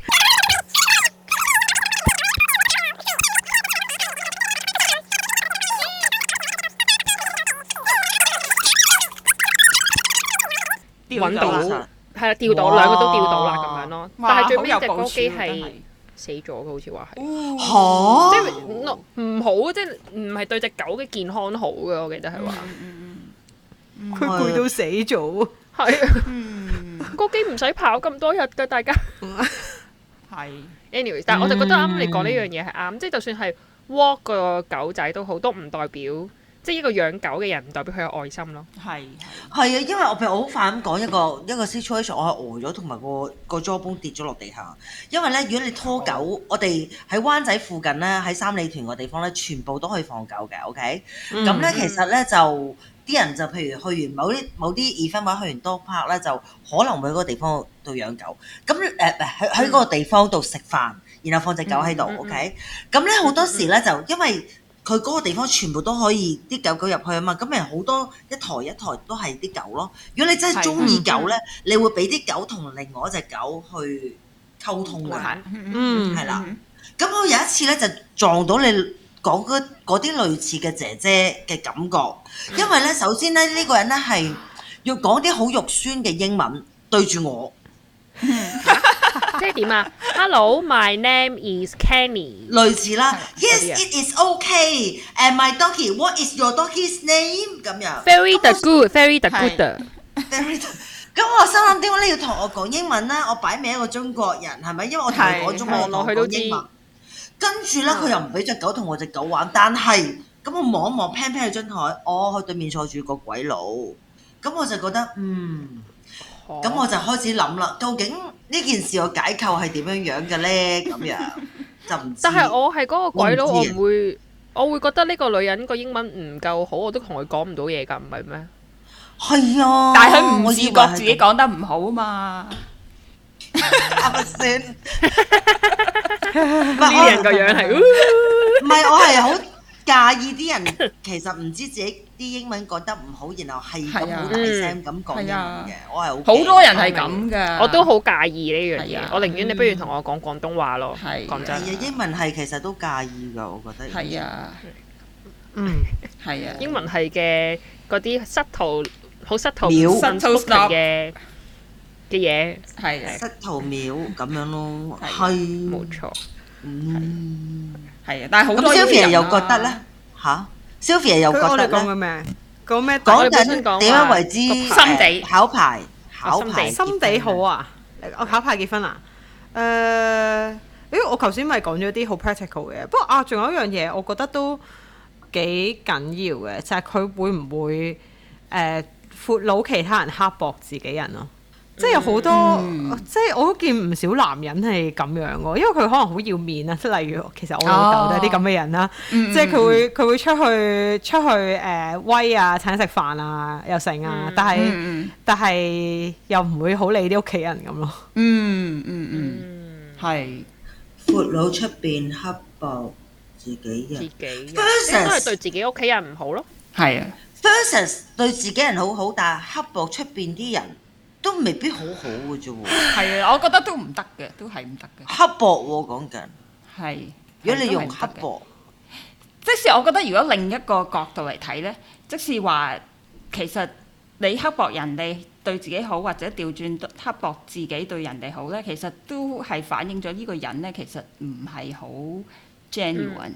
揾到掉咗啦係啦，掉到哇兩個都掉到啦，咁樣咯。哇但係最尾好只有歌部機署啊係真係死咗嘅，好似話係。嚇！ 即係唔好，即係唔係對只狗嘅健康好嘅，我記得係話佢攰到死咗。 係。歌機唔使跑咁多日㗎，大家。係 anyways，但係我就覺得啱啱你講呢樣嘢係啱，即係就算係 walk ờ, 個狗仔都好，都唔代表即係一個養狗嘅人唔代表佢有愛心咯。係係啊，因為我譬如我好快咁講一個一個 situation，我係呆咗，同埋個個 jawbone 跌咗落地下。因為咧，如果你拖狗，我哋喺灣仔附近咧，喺三里屯個地方咧，全部都可以放狗嘅。OK，咁嗯咧、其實咧就啲人就譬如去完某啲某啲 event 或者去完 dog park 咧，就可能會喺嗰個地方度養狗。咁誒唔係喺喺嗰個地方度食飯，然後放隻狗喺度。嗯嗯嗯 OK，咁咧好多時咧就因為佢嗰個地方全部都可以啲狗狗入去啊嘛，咁咪好多一台一台都係啲狗咯。如果你真係中意狗咧，你會俾啲狗同另外一隻狗去溝通㗎，係嗯係啦。咁我有一次咧就撞到你講嗰嗰啲類似嘅姐姐嘅感覺，因為咧首先咧呢、呢個人咧係要講啲好肉酸嘅英文對住我， 即係點啊？Hello，my name is Kenny。類似啦嗰啲啊，Yes it is okay and my doggy what is your doggy's name 咁樣。 Very 咁我 the good, very the 係 good 的。 Very good. 咁我心諗點解你要同我講英文咧？我擺明一個中國人係咪？因為我同佢講中文，係我同佢講英文。跟住咧，嗯佢又唔俾只狗同我只狗玩，但係咁我望一望 pan pan 佢張台，哦，佢對面坐住個鬼佬，咁我就覺得哦嗯，咁我就開始諗啦，究竟呢件事個解構係點樣樣嘅咧？咁樣 就唔知。但係我係嗰個鬼佬，我我唔知啊唔會，我會覺得呢個女人個英文唔夠好，我都同佢講唔到嘢㗎，唔係咩？係啊，但係佢唔我以自為覺係自己講得唔好啊嘛，啱咪 先？唔呢啲人係個我樣係，唔係，我係好介意啲人其實唔知自己啲英文講得唔好，然後係咁係啊好大聲咁講英係啊文嘅，我係好好驚多人係咁㗎。我都好介意呢樣係嘢啊。我寧願你不如同我講廣東話咯。係講係真啊，，英文係其實都介意㗎，我覺得。係啊嗯，係啊，英文係嘅嗰啲膝頭好膝頭秒神膝頭 stop 嘅嘅嘢，係膝頭秒咁樣咯，係啊係冇錯。嗯係，但係好咁多呢啲 Sylvia 人啊又啦覺得咧嚇，Sylvia 又佢我哋覺得講咧，嘅咩？講咩？講我哋本身緊講點樣話為之個啊牌心地誒考牌考心地牌心地好啊！我考牌結婚啊！誒、咦我頭先咪講咗啲好 practical 嘅，不過啊，仲有一樣嘢，我覺得都幾緊要嘅，就係、佢會唔會誒、闊佬其他人刻薄自己人咯？即係有好多，即係我都見唔少男人係咁樣喎，因為佢可能好要面啊，即係例如其實我老豆都係啲咁嘅人啦，即係佢會佢會出去出去誒、威啊，請食飯啊，又成啊，但係。嗯但係又唔會好理啲屋企人咁咯。嗯嗯嗯，係。闊佬出邊刻薄自己嗯自嘅己嘅，應 Versus 該係對自己屋企人唔好咯。係啊， versus 對自己人好好，但係刻薄出邊啲人都未必好好嘅啫喎，係啊，我覺得都唔得嘅，都係唔得嘅，刻薄喎講緊，係。如果你用係都係唔得嘅刻薄。即使我覺得如果另一個角度嚟睇呢，即使話其實你刻薄人哋對自己好，或者調轉刻薄自己對人哋好呢，其實都係反映咗呢個人呢，其實唔係好 genuine，、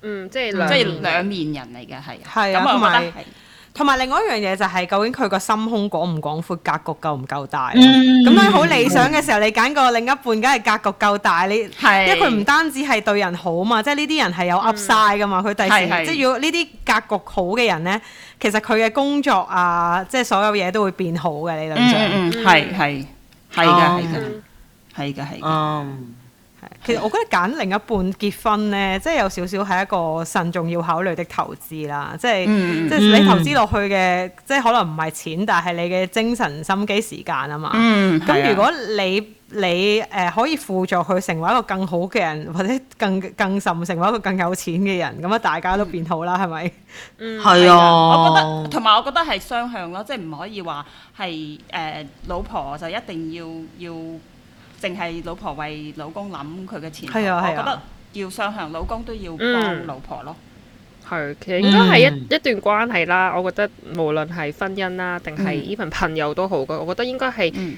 嗯，即係即兩係兩面面人嚟嘅，係。係啊咁同我埋覺得係。同埋另外一樣嘢就係究竟佢個心胸廣唔廣闊，格局夠唔夠大咯。嗯咁當然好理想嘅時候，你揀個另一半，梗係格局夠大。你係因為佢唔單止係對人好嘛，即係呢啲人係有 Upside 噶嘛。佢第嗯係係時即係要呢啲格局好嘅人呢，其實佢嘅工作啊，即係所有嘢都會變好嘅。理論上，嗯嗯，係係係哦嘅係嘅嗯係嘅係嘅，嗯，其實我覺得揀另一半結婚呢，即係有少少係一個慎重要考慮的投資啦。即係、嗯即係你投資落去嘅，即係可能唔係錢，但係你嘅精神、心機、時間啊嘛。嗯，係咁啊如果你你誒、呃可以輔助佢成為一個更好嘅人， 或者更更甚成為一個更有錢嘅人，咁啊大家都嗯變好啦，係咪、係我覺得哦啊，同埋我覺得係雙向咯，即係唔可以話係誒老婆就一定要要淨係老婆為老公諗佢嘅前途。係啊係我覺啊得要雙向，老公都要嗯幫老婆咯。係，其實應該嗯係一、一段關係啦。我覺得無論係婚姻啦，定係嗯 even 朋友都好嘅，我覺得應該係嗯，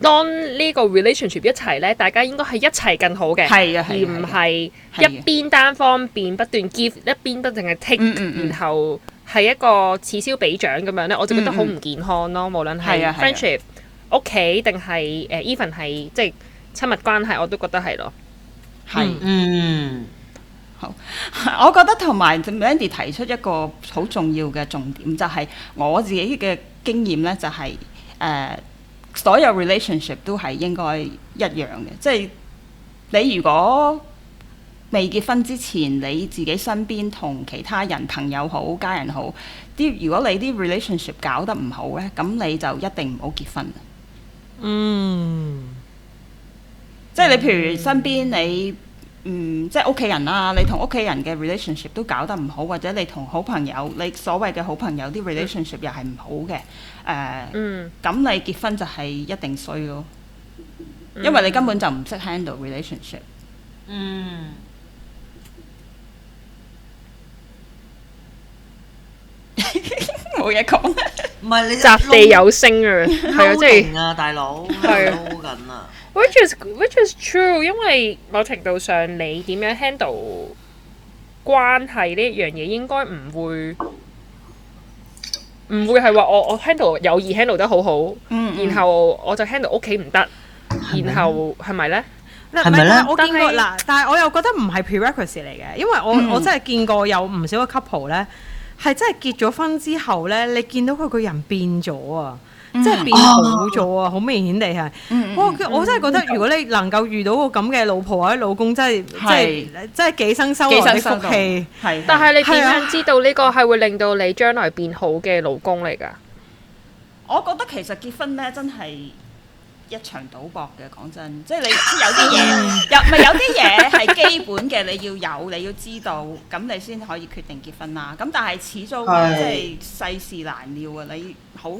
當呢個 relationship 一齊咧，大家應該係一齊更好嘅，係啊而係唔啊係係一嘅邊單方面不斷 give，一邊不斷係 take，、嗯嗯嗯然後係一個此消彼長咁樣咧，我就覺得好唔健康咯。無論嗯係係啊係啊 friendship、屋企定係誒 even 係即係親密關係，我都覺得係咯。係。嗯， 我覺得同埋 Mandy 提出一個好重要嘅重點，就係、我自己嘅經驗呢，就係、誒所有 relationship 都係應該一樣嘅，即係你如果未結婚之前，你自己身邊同其他人朋友好、家人好，啲如果你啲 relationship 搞得唔好呢，咁你就一定唔好結婚。嗯，即係你譬如身邊你嗯，即係屋企人啦，你同屋企人嘅 relationship 都搞得唔好，或者你同好朋友，你所謂嘅好朋友啲 relationship 又係唔好嘅，誒、呃嗯，咁你結婚就係一定衰咯，嗯因為你根本就唔識 handle relationship。嗯，冇嘢講，唔係你擲地有聲 啊，係啊，即係。係啊，大佬係係啊緊啊， Which is which is true，因為某程度上你點樣 handle 關係呢一樣嘢，應該唔會唔會係話我我 handle 友誼 handle 得好好，嗯嗯然後我就 handle 屋企唔得，然後係咪呢？嗱，係唔咪係呢但係我見過但係嗱，但係我又覺得唔係 prerequisite 嚟嘅，因為我、我真係見過有唔少嘅 couple 咧，係真係結咗婚之後咧，你見到佢個人變咗啊，即係變好咗啊，好、明顯地係。嗯我我真係覺得，如果你能夠遇到個咁嘅老婆或者老公，真係即係即係幾生修來的哦收福氣。係，但係你係點啊樣知道呢個係會令到你將來變好嘅老公嚟㗎？我覺得其實結婚咧真係一場賭博嘅，講真，即係你有啲嘢，有唔係有啲嘢係基本嘅，你要有，你要知道，咁你先可以決定結婚啦。咁但係始終係即係世事難料啊，你好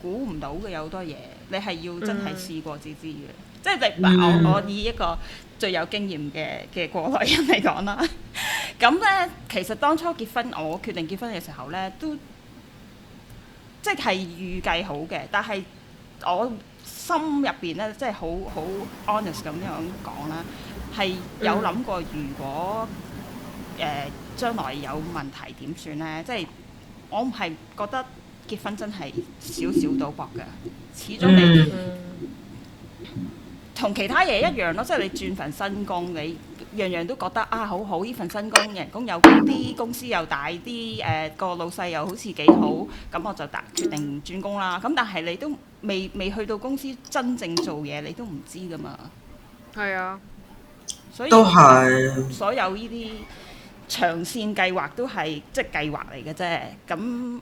估唔到嘅有好多嘢，你係要真係試過至知嘅。即係嗯你嗱，我我以一個最有經驗嘅嘅過來人嚟講啦， 咁咧其實當初結婚，我決定結婚嘅時候咧，都即係預計好嘅，但係我心入邊咧，即係好好 honest 咁樣講啦，係有嗯諗過如果誒、將來有問題點算咧？即係我唔係覺得結婚真係少少賭博嘅，始終你。嗯同其他嘢一樣咯，即係你轉份新工，你樣樣都覺得啊好好，呢份新工人工又高啲，公司又大啲，誒、個老細又好似幾好，咁我就達決定轉工啦。咁但係你都未未去到公司真正做嘢，你都唔知噶嘛，係啊，所以都係。所有呢啲長線計劃都係即係計劃嚟嘅啫。咁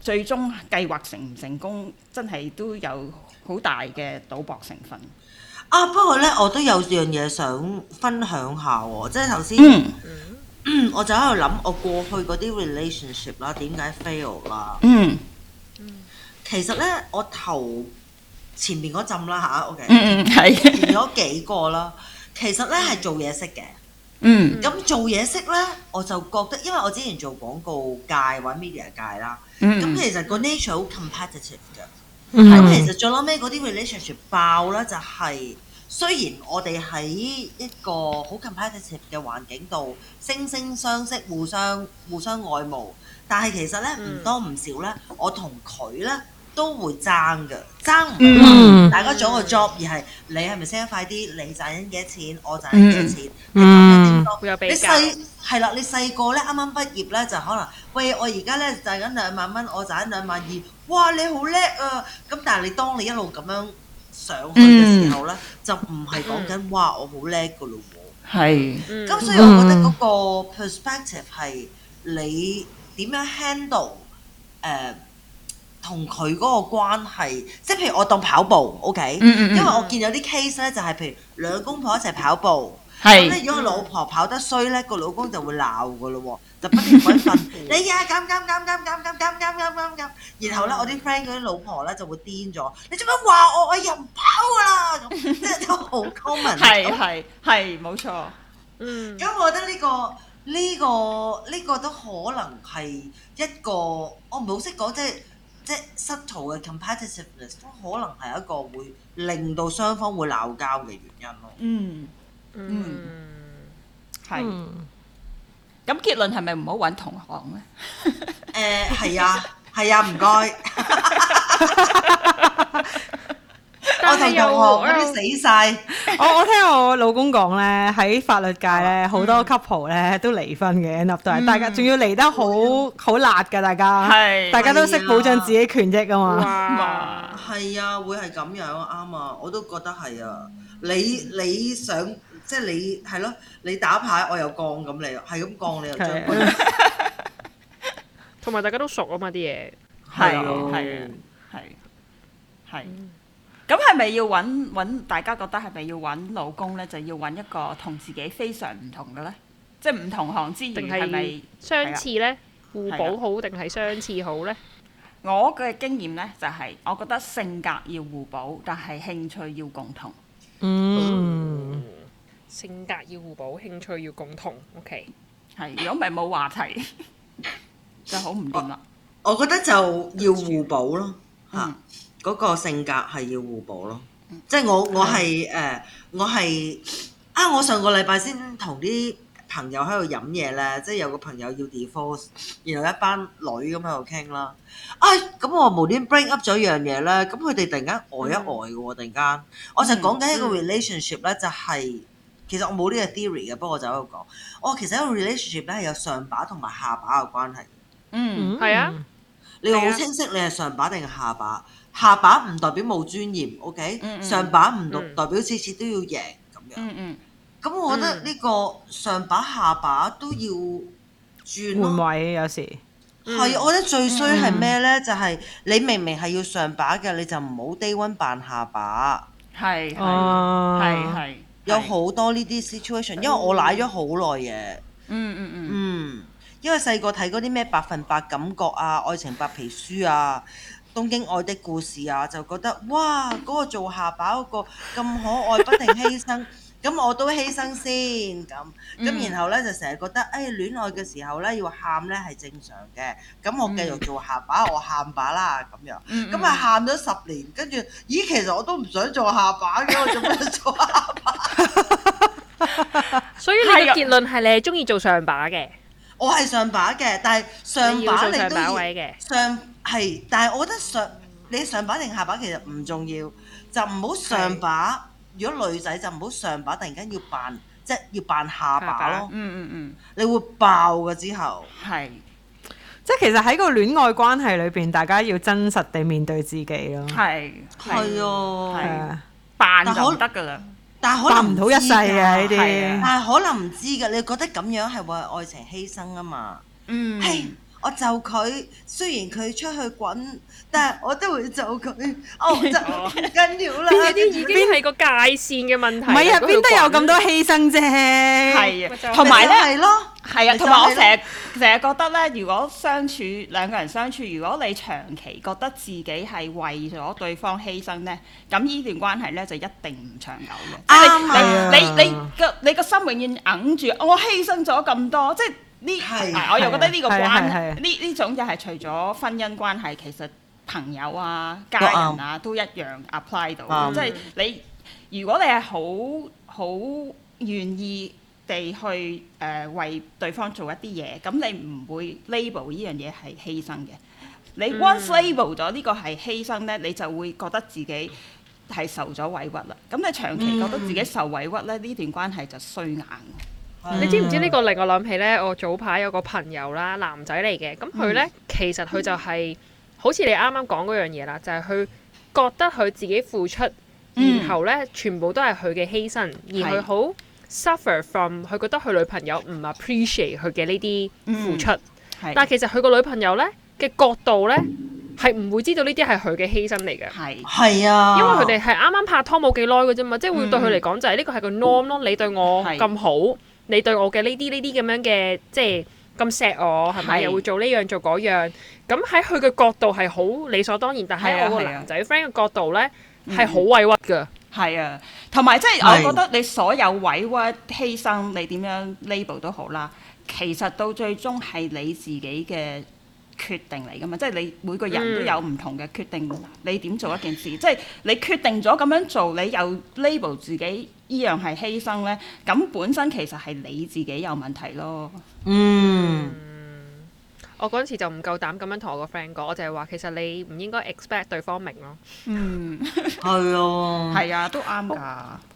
最終計劃成唔成功，真係都有好大嘅賭博成分。啊，不過咧，我都有樣嘢想分享下喎，即係頭先。嗯我就喺度諗，我過去嗰啲 relationship 啦，點解 fail 啦？嗯其實咧，我頭前面嗰陣啦吓 o k 嗯嗯，係。前咗幾個 啦。其實咧係做嘢識嘅，嗯咁做嘢識咧，我就覺得，因為我之前做廣告界或者 media 界啦，咁、嗯其實個 nature 好 competitive 嘅。嗯咁其實最撈尾嗰啲 relationship 爆啦，就係、雖然我哋喺一個好 competitive 嘅環境度，惺惺相惜，互相互相愛慕，但係其實咧唔嗯多唔少咧，我同佢咧都會爭嘅，爭唔係話嗯大家做個 job，而係你係咪升得快啲，你賺緊幾多錢，我賺緊幾多錢，嗯你賺緊幾多會有比你較。細係啦，你細個咧，啱啱畢業咧就可能，喂，我而家咧賺緊兩萬蚊，我賺緊兩萬二，哇，你好叻啊！咁但係你當你一路咁樣上去嘅時候咧，就唔係講緊哇，我好叻噶咯喎。係嗯咁所以我覺得嗰個 perspective 係你點樣 handle 誒同佢嗰個關係，即係譬如我當跑步，OK，嗯嗯嗯因為我見有啲 case 咧就係譬如兩公婆一齊跑步。咁係咧，如果老婆跑得衰咧，個老公就會鬧噶咯喎，就不斷鬼訓你啊，咁咁咁咁咁咁咁咁咁咁，然後咧我啲 friend 嗰啲老婆咧就會癲咗，你做乜話我我又唔跑噶啦，咁即係都好 common。係咁係係冇錯，嗯咁我覺得呢個呢個呢個都可能係一個我唔係好識講，即係即係 subtle 嘅 competitiveness 都可能係一個會令到雙方會鬧交嘅原因咯。嗯嗯係。Ừ. 嗯咁結論係咪唔好揾同行咧？誒係啊係啊，唔該。我但係同同又學嗰我啲又死晒，我我聽我老公講咧，喺法律界咧，好多 couple 咧都離婚嘅，end up 都係，大家仲要離得好好辣㗎，大家，係大家都識保障自己權益啊 À. 嘛。哇係啊，會係咁樣啱啊，我都覺得係啊。你你想即係你係咯，你打牌我又降咁你，係咁降你又將係軍同埋大家都熟啊嘛啲嘢，係啊係咯係係係。咁係咪要揾揾？大家覺得係咪要揾老公咧？就要揾一個同自己非常唔同嘅咧？即係唔同行之餘定係咪係？相似咧？互啊補好定係相似好咧？我嘅經驗咧就係、我覺得性格要互補，但係興趣要共同。嗯，性格要互補，興趣要共同。OK，係，如果唔係冇話 題，就好唔掂啦。我覺得就要互補咯，嚇、嗯嗰個性格係要互補咯。嗯即係我我係誒、呃我係啊！我上個禮拜先同啲朋友喺度飲嘢咧，即係有個朋友要 divorce，然後一班女咁喺度傾啦。啊！咁我無端 bring up 咗一樣嘢咧，咁佢哋突然間呆一呆嘅喎，突然間，我就講緊一個嗯 relationship 咧，就係其實我冇呢個 theory 嘅，不過我就喺度講，我其實一個 relationship 咧係有上把同埋下把嘅關係。嗯係啊，你要係好啊清晰，你係上把定係下把？下把唔代表冇尊嚴，OK？、嗯嗯上把唔代嗯代表次次都要贏咁樣。嗯嗯。咁、我覺得嗯呢個上把下把都要轉換咯。位有時。嗯嗯係、我覺得最衰係咩呢？就係、你明明係要上把嘅，你就唔好低温扮下把。係係哦係係，有係好多呢啲 situation，因為我奶咗好耐嘢。嗯嗯嗯，因為細個睇嗰啲咩百分百感覺啊、愛情白皮書啊、東京愛的故事啊，就覺得哇，嗰、個做下巴嗰個咁可愛，不停犧牲。咁我都犧牲先咁，咁嗯然後咧就成日覺得，誒、戀愛嘅時候咧要喊咧係正常嘅，咁我繼續做下巴，我喊把啦咁樣，嗯咁啊喊咗十年，跟住咦其實我都唔想做下巴嘅，我做咩做啊下巴？所以你嘅結論係你啊係中意做上把嘅，我係上把嘅，但係上你要把做你上都把要位嘅上係，但係我覺得上你上把定下把其實唔重要，就唔好上把。如果女仔就唔好上把，突然間要扮即係要扮下把咯，嗯嗯你會爆嘅之後。嗯，係。即係其實喺個戀愛關係裏邊，大家要真實地面對自己咯。係係係啊，係啊扮就唔得噶啦，但係可搭能唔到一世知㗎嘅呢係啲。但係可能唔知㗎，你覺得咁樣係為愛情犧牲啊嘛？嗯嘿，我就佢，雖然佢出去滾，但係我都會就佢。哦，就唔緊要啦。呢啲已經係個界線嘅問題唔啦。係啊，嗰條邊得有咁棍多犧牲啫？係咪就係啊，同埋咧。係咯，係啊，咪同埋我就係成日成日覺得咧，如果相處兩個人相處，如果你長期覺得自己係為咗對方犧牲咧，咁呢段關係咧就一定唔長久嘅。啱係啊啊！你你個你個心永遠揞住，我犧牲咗咁多，即係呢係啊，我又覺得呢個關係啊係啊係係啊呢呢種就係除咗婚姻關係，其實朋友啊、家人啊都一樣 apply 到，啱即係你如果你係好好願意。地去誒、呃、為對方做一啲嘢，咁你唔會 label 呢樣嘢係犧牲嘅。你 once label 咗呢個係犧牲呢，你就會覺得自己係受咗委屈啦。咁你長期覺得自己受委屈呢，呢段關係就衰硬。你知唔嗯知呢個令我諗起呢？我早排有個朋友啦，男仔嚟嘅，咁佢呢，嗯其實佢就係、好似你啱啱講嗰樣嘢啦，就係、佢覺得佢自己付出，嗯然後呢，全部都係佢嘅犧牲，而佢係好 suffer from 佢覺得佢女朋友唔 appreciate 佢嘅呢啲付出，但嗯係係其實佢個女朋友呢嘅角度呢，係唔會知道呢啲係佢嘅犧牲嚟嘅。係係啊，因為佢哋係啱啱拍拖冇幾耐嘅啫嘛，即係會對佢嗯嚟講就係呢個係個 norm 咯。你對我係咁好，你對我嘅呢啲呢啲咁樣嘅，即係咁錫我，係咪係又會做呢樣做嗰樣？咁喺佢嘅角度係好理所當然，但係啊喺我個係啊男仔 friend 嘅角度咧嗯係好委屈㗎。係啊，同埋即係係我覺得你所有委屈、犧牲，你點樣 label 都好啦，其實到最終係你自己嘅決定嚟噶嘛，即係你每個人嗯都有唔同嘅決嗯定，你點做一件事，即係你決定咗咁樣做，你又 label 自己依樣係犧牲呢，咁本身其實係你自己有問題咯。嗯我嗰陣時就唔夠膽咁樣同我個 friend 講，我就係話其實你唔應該 expect 對方明咯。嗯，係嗯啊，係啊，都啱㗎。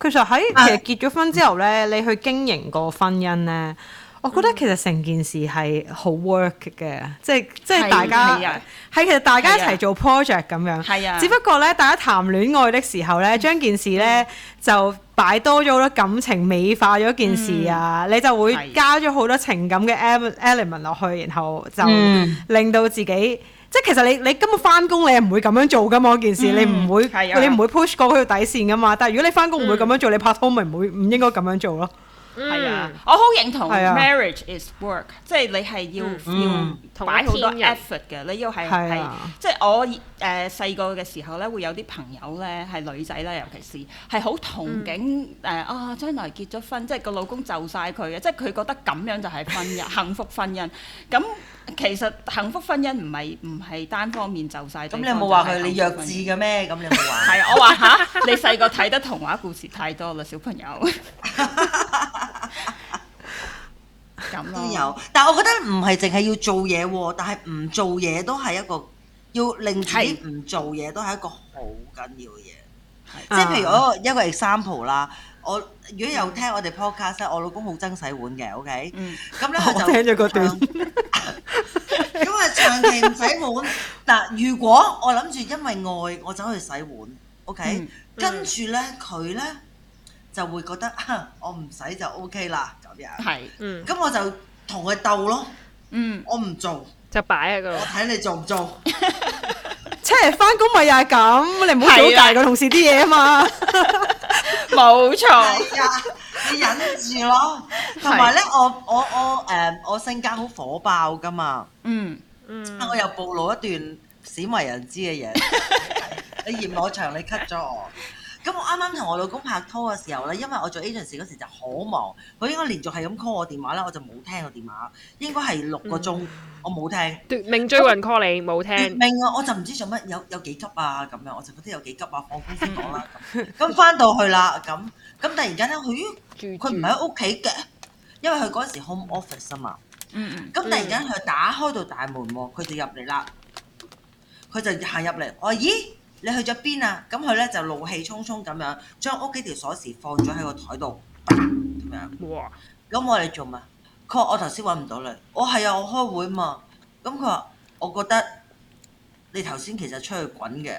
其實啊喺其實結咗婚之後咧，你去經營個婚姻咧，我覺得其實成件事係好 work 嘅，即係即係係大家係啊係其實大家一係齊啊做 project 咁樣。係啊嗯只不過咧，大家談戀愛的時候咧，將件事咧就擺多咗好多感情，美化咗件事啊，你就會嗯係加咗好多情感嘅 ele- element 落去，然後就嗯令到自己。即係其實你你根本翻工你係唔會咁樣做噶嘛，嗰件事、嗯你唔會、係啊嗯你唔會 push 過嗰條底線噶嘛。但係如果你翻工唔會咁樣做，你拍拖咪唔會唔應該咁樣做咯。係啊嗯，我好認同係啊 marriage is work，即係你係要、嗯要同擺好多一天人 effort 嘅，你要係係係啊即係我誒細個嘅時候咧，會有啲朋友咧係女仔啦，尤其是係好憧憬誒、啊，將來結咗婚，即係個老公就晒佢嘅，即係佢覺得咁樣就係婚姻幸福婚姻。咁其實幸福婚姻唔係唔係單方面就晒。咁你有冇話佢你弱智？嘅咩？咁你有冇話？係啊，我話吓，你細個睇得童話故事太多啦，小 朋友。咁咯，都有，但係我覺得唔係淨係要做嘢喎，但係唔做嘢都係一個要令自己唔做嘢都係一個好緊要嘅嘢。啊即係譬如我一個 example 啦，我如果有聽我哋 podcast 咧，我老公好憎洗碗嘅，OK，嗯咁咧 我聽佢咗就嗰段長 咁啊長期唔洗碗。嗱，如果我諗住因為愛我走去洗碗，OK，嗯跟住咧佢咧就會覺得 啊我唔洗就 OK 啦咁樣，係，嗯，咁我就同佢鬥咯，嗯，我唔做，就擺喺嗰我度。睇你做唔做。哦即係翻工咪又係咁，你唔好係做啊大個同事啲嘢啊嘛。冇錯，係啊，你忍住咯。同埋咧，我我我誒、我性格好火爆噶嘛，嗯，嗯，我又暴露一段鮮為人知嘅嘢。你嫌我長，你 cut 咗我。咁我啱啱同我老公拍拖嘅時候咧，因為我做 agency 嗰時就好忙，佢應該連續係咁 call 我電話啦，我就冇聽個電話，應該係六個鐘，我冇聽。奪命追魂 call 你冇奪聽，命啊！我就唔知做乜，有有幾急啊咁樣，我就覺得有幾急啊，放工先講啦。咁咁翻到去啦，咁咁突然間咧，佢咦住佢唔喺屋企嘅，因為佢嗰時 home office 啊嘛。嗯嗯咁突然間佢打開到大門喎，佢就入嚟啦。佢就行入嚟，我話咦，你去咗邊啊？咁佢咧就怒氣沖沖咁樣，將屋企條鎖匙放咗喺個台度，啪咁樣。住哇，咁我哋做乜？佢話我頭先揾唔到你，我係啊，我開會嘛。咁佢話我覺得你頭先其實出去滾嘅。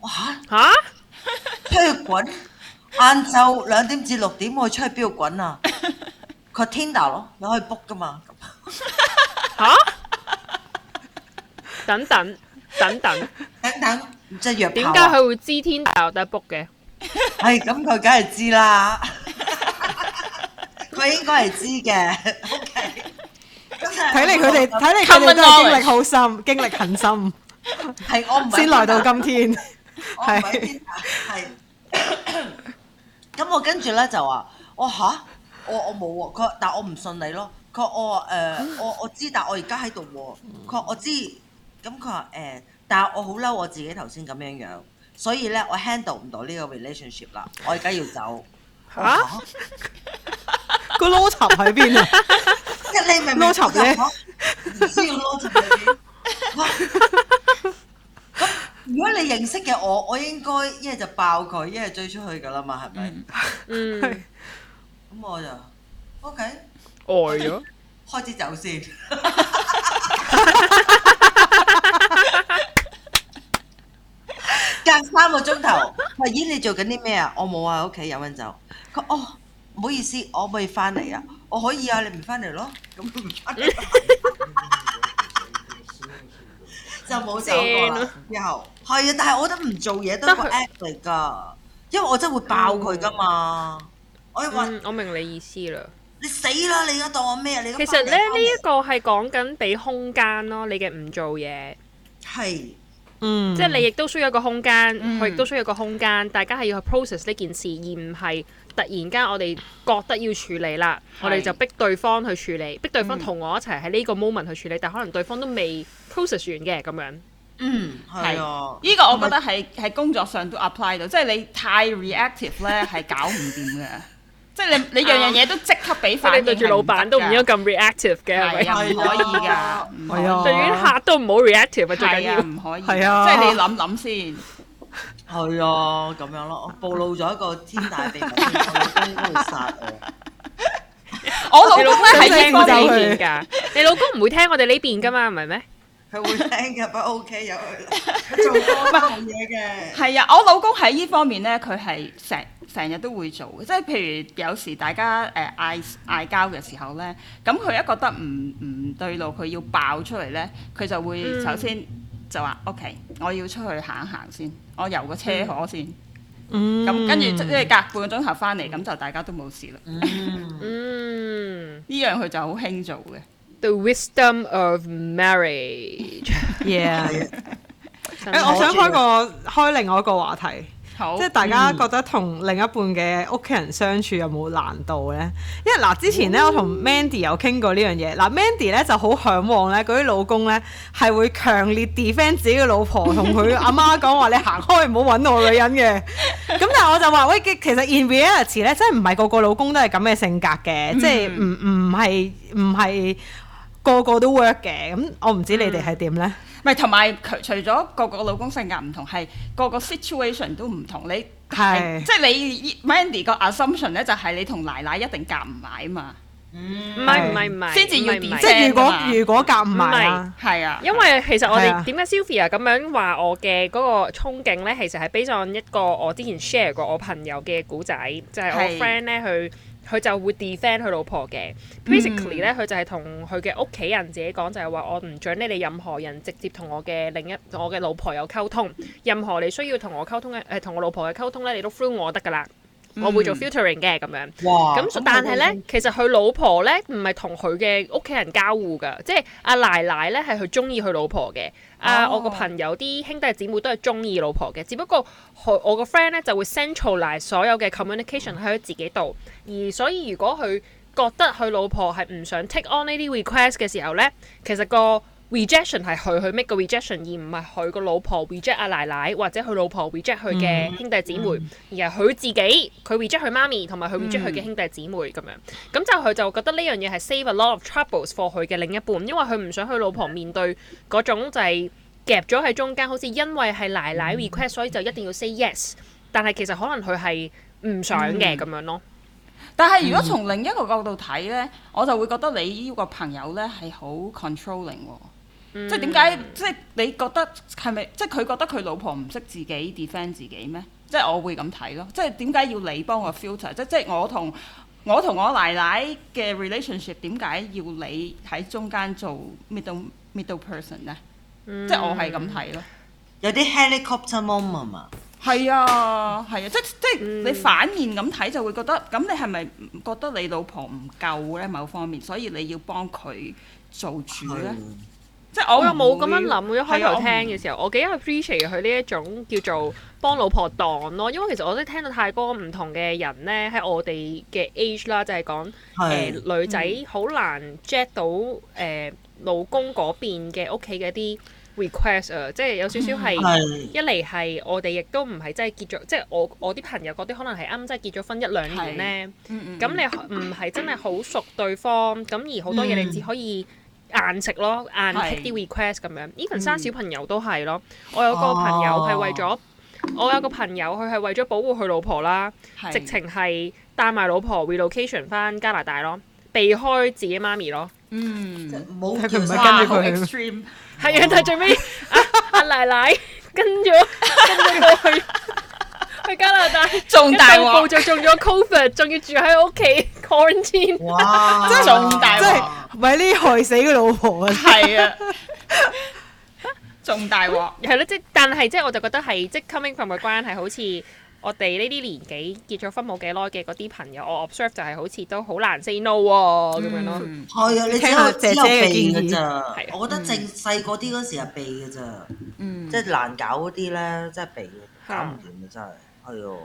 我嚇、吓？出去滾！晏晝兩點至六點我去出去邊度滾啊？佢話 Tinder 咯，你可以 book 噶嘛。咁吓？等等等 等，等等，即係約點炮解啊佢會知天大有得 book 嘅？係咁，佢梗係知啦。 佢應該係知嘅。OK。睇睇嚟佢 哋，睇嚟佢哋 Common 都係經歷好深，經歷很深，係我唔係啊先來到今天。我唔係天下係。咁我跟住咧就話：我吓，我我冇喎。佢話但我唔信你咯。佢話我話誒、啊我我知，但我而家喺度喎。佢話我知。咁佢話誒，但係我好嬲我自己頭先咁樣樣，所以咧我 handle 唔到呢個 relationship 啦，我而家要走。嚇我話哦個邏輯喺邊啊？即係你明唔明撈沉咧唔需要撈沉你。哇咁如果你認識嘅我，我應該一係就爆佢，一係追出去㗎啦嘛，係咪？嗯嗯，呆咁我就 OK，咗。開始走先。隔三個鐘頭，喂，咦，你做緊啲咩啊？我冇啊，喺屋企飲緊酒。佢哦，唔好意思，我可唔可以翻嚟啊？我可以啊，你唔翻嚟咯，咁佢唔翻嚟，就冇走過啦。之後係啊，但係我覺得唔做嘢都係一個 act 嚟㗎，因為我真係會爆佢㗎嘛。我話嗯，我明你意思啦。你死啦！你而家當我咩啊？你其實實咧，呢一個係講緊俾空間咯，你嘅唔做嘢，係嗯，即係你亦都需要一個空間，嗯佢亦都需要一個空間，大家係要去 process 呢件事，而唔係突然間我哋覺得要處理啦，係我哋就逼對方去處理，逼對方同我一齊喺呢個 moment 去處理，但可能對方都未 process 完嘅咁樣。嗯係啊，呢個我覺得喺喺工作上都 apply 到，即係你太 reactive 咧係搞唔掂嘅，即係你你樣樣嘢都即刻俾即反係應，你對住老闆都唔應該咁 reactive 嘅，係咪係？啊，唔可以㗎，唔可以 係啊對於客都唔好 reactive 啊，最緊哦係啊，要。唔可以，係啊即係你諗諗先。係啊，咁樣咯，我暴露咗一個天大 秘密，我老公應該會殺我。我老你公老公咧係係聽呢我方走哋面佢呢邊㗎，你老公唔會聽我哋呢邊㗎嘛，唔係咩？佢會聽嘅，不過 OK 有佢做多冇嘢嘅。係啊，我老公喺呢方面咧，佢係成成日都會做嘅，即係譬如有時大家誒嗌嗌交嘅時候咧，咁佢一覺得唔唔對路，佢要爆出嚟咧，佢就會嗯首先就話、OK，我要出去行一行先，我遊個車河先，咁、嗯跟住即係隔半個鐘頭翻嚟，咁就大家都冇事啦。嗯，嗯呢樣佢就好興做嘅。 ，The wisdom of marriage。 Yeah 係啊，嗯誒，我想開個開另外一個話題。好，即係大家覺得同另一半嘅屋企人相處有冇難度呢？因為嗱，之前咧我同 Mandy 有傾過呢樣嘢。嗱，Mandy 咧就好向往咧，嗰啲老公咧係會強烈 defend 自己嘅老婆，同佢阿媽講話你行開唔好揾我女人嘅。咁但係我就話喂，其實 in reality 咧，真係唔係個個老公都係咁嘅性格嘅，即係唔唔係唔係個個都 work 嘅。咁我唔知你哋係點呢？唔係同埋佢除咗個個老公性格唔同，係個個 situation 都唔同。你係即係你 Mandy 個 assumption 咧，就係你同奶奶一定夾唔埋啊嘛。唔嗯，係唔係唔係，先至要唔係唔係 defend 即係如正果啊嘛如果夾唔埋啊唔係係啊，因為其實我係哋啊點解 Sylvia 咁樣話我嘅嗰個憧憬咧，其實係 based on 一個我之前 share 過我朋友嘅古仔，就係、係我 friend 咧佢佢就會 defend 佢老婆嘅。basically 嗯咧，佢就係同佢嘅屋企人自己講，就係話我唔準你哋任何人直接同我嘅另一我嘅老婆有溝通，任何你需要同我溝通嘅誒同我老婆嘅溝通咧，你都 through 我得㗎啦。嗯我會做 filtering 嘅咁樣。哇！咁但係咧，其實佢老婆咧唔係同佢嘅屋企人交互噶，即係阿奶奶咧係佢中意佢老婆嘅。啊，哦我個朋友啲兄弟姊妹都係中意老婆嘅，只不過佢我個 friend 咧就會 centralize 所有嘅 communication 喺佢自己度，而所以如果佢覺得佢老婆係唔想 take on 呢啲 request 嘅時候咧，其實個 rejection 係佢去 make 個 rejection，而唔係佢個老婆 reject à, 阿奶奶或者佢老婆 reject 佢嘅兄弟姊妹，而係佢自己佢 reject 佢媽咪同埋佢嗯 reject 佢嘅兄弟姊妹咁樣。咁就佢就覺得呢樣嘢係 save a lot of troubles for 佢嘅另一半，因為佢唔想佢老婆面對嗰種就係夾咗喺中間，好似因為係奶嗯奶 request，所以就一定要 say yes，但係其實可能佢係唔想嗯嘅咁樣咯。但係如果從另一個角度睇咧，我就會覺得你呢個朋友咧係好 controlling 喎。嗯即係點解？即係你覺得係咪？即係佢覺得佢老婆唔識自己 defend 自己咩？即係我會咁睇咯。即係點解要你幫我 filter？即即係我同我同我奶奶嘅 relationship 點解要你喺中間做 middle middle person 咧？嗯即係我係咁睇咯。有啲 helicopter mom 係嘛？係啊，係啊，即即你反面咁睇就會覺得，咁你係咪覺得你老婆唔夠咧某方面，所以你要幫佢做主咧？即係我我又唔冇咁樣會諗，一係啊開頭我聽唔嘅時候，我幾 appreciate 佢呢一種叫做幫老婆擋咯，因為其實我都聽到太多唔同嘅人咧，喺我哋嘅 age 啦，就係講係誒女仔好難 jet 到誒、呃老公嗰邊嘅屋企嘅一啲 request 啊，即係有少少係。係一嚟係我哋亦都唔係真係結咗，即係我我啲朋友嗰啲可能係啱真係結咗婚一兩年咧，嗯嗯咁你唔係真係好熟對方，咁而好多嘢你只可以硬食咯，硬係 pick 啲 request 咁樣。even 生小朋友都係咯，我有個朋友係為咗，我有個朋友佢係為咗保護佢老婆啦，係直情係帶埋老婆 relocation 翻加拿大咯，避開自己媽咪咯。嗯，冇睇佢唔係叫跟住佢好去 extreme，係啊，但係最尾阿阿奶奶跟咗跟咗我 去去加拿大，仲 大鑊一到步就中咗 Covid，仲要住喺屋企 quarantine。哇！即係仲大即鑊係咪呢害死佢老婆 啊？係啊，仲大鑊，係咯，即係但係即係我就覺得係即係 coming from 嘅關係，好似我哋呢啲年紀結咗婚冇幾耐嘅嗰啲朋友，我 observe 就係好似都好難 say no 喎咁樣咯。嗯係啊！你只聽下有姐只姐有嘅避建議㗎咋係，我覺得正細個啲嗰時係避㗎咋，嗯即係難搞嗰啲咧，真係避㗎，係搞唔掂嘅真係，係啊！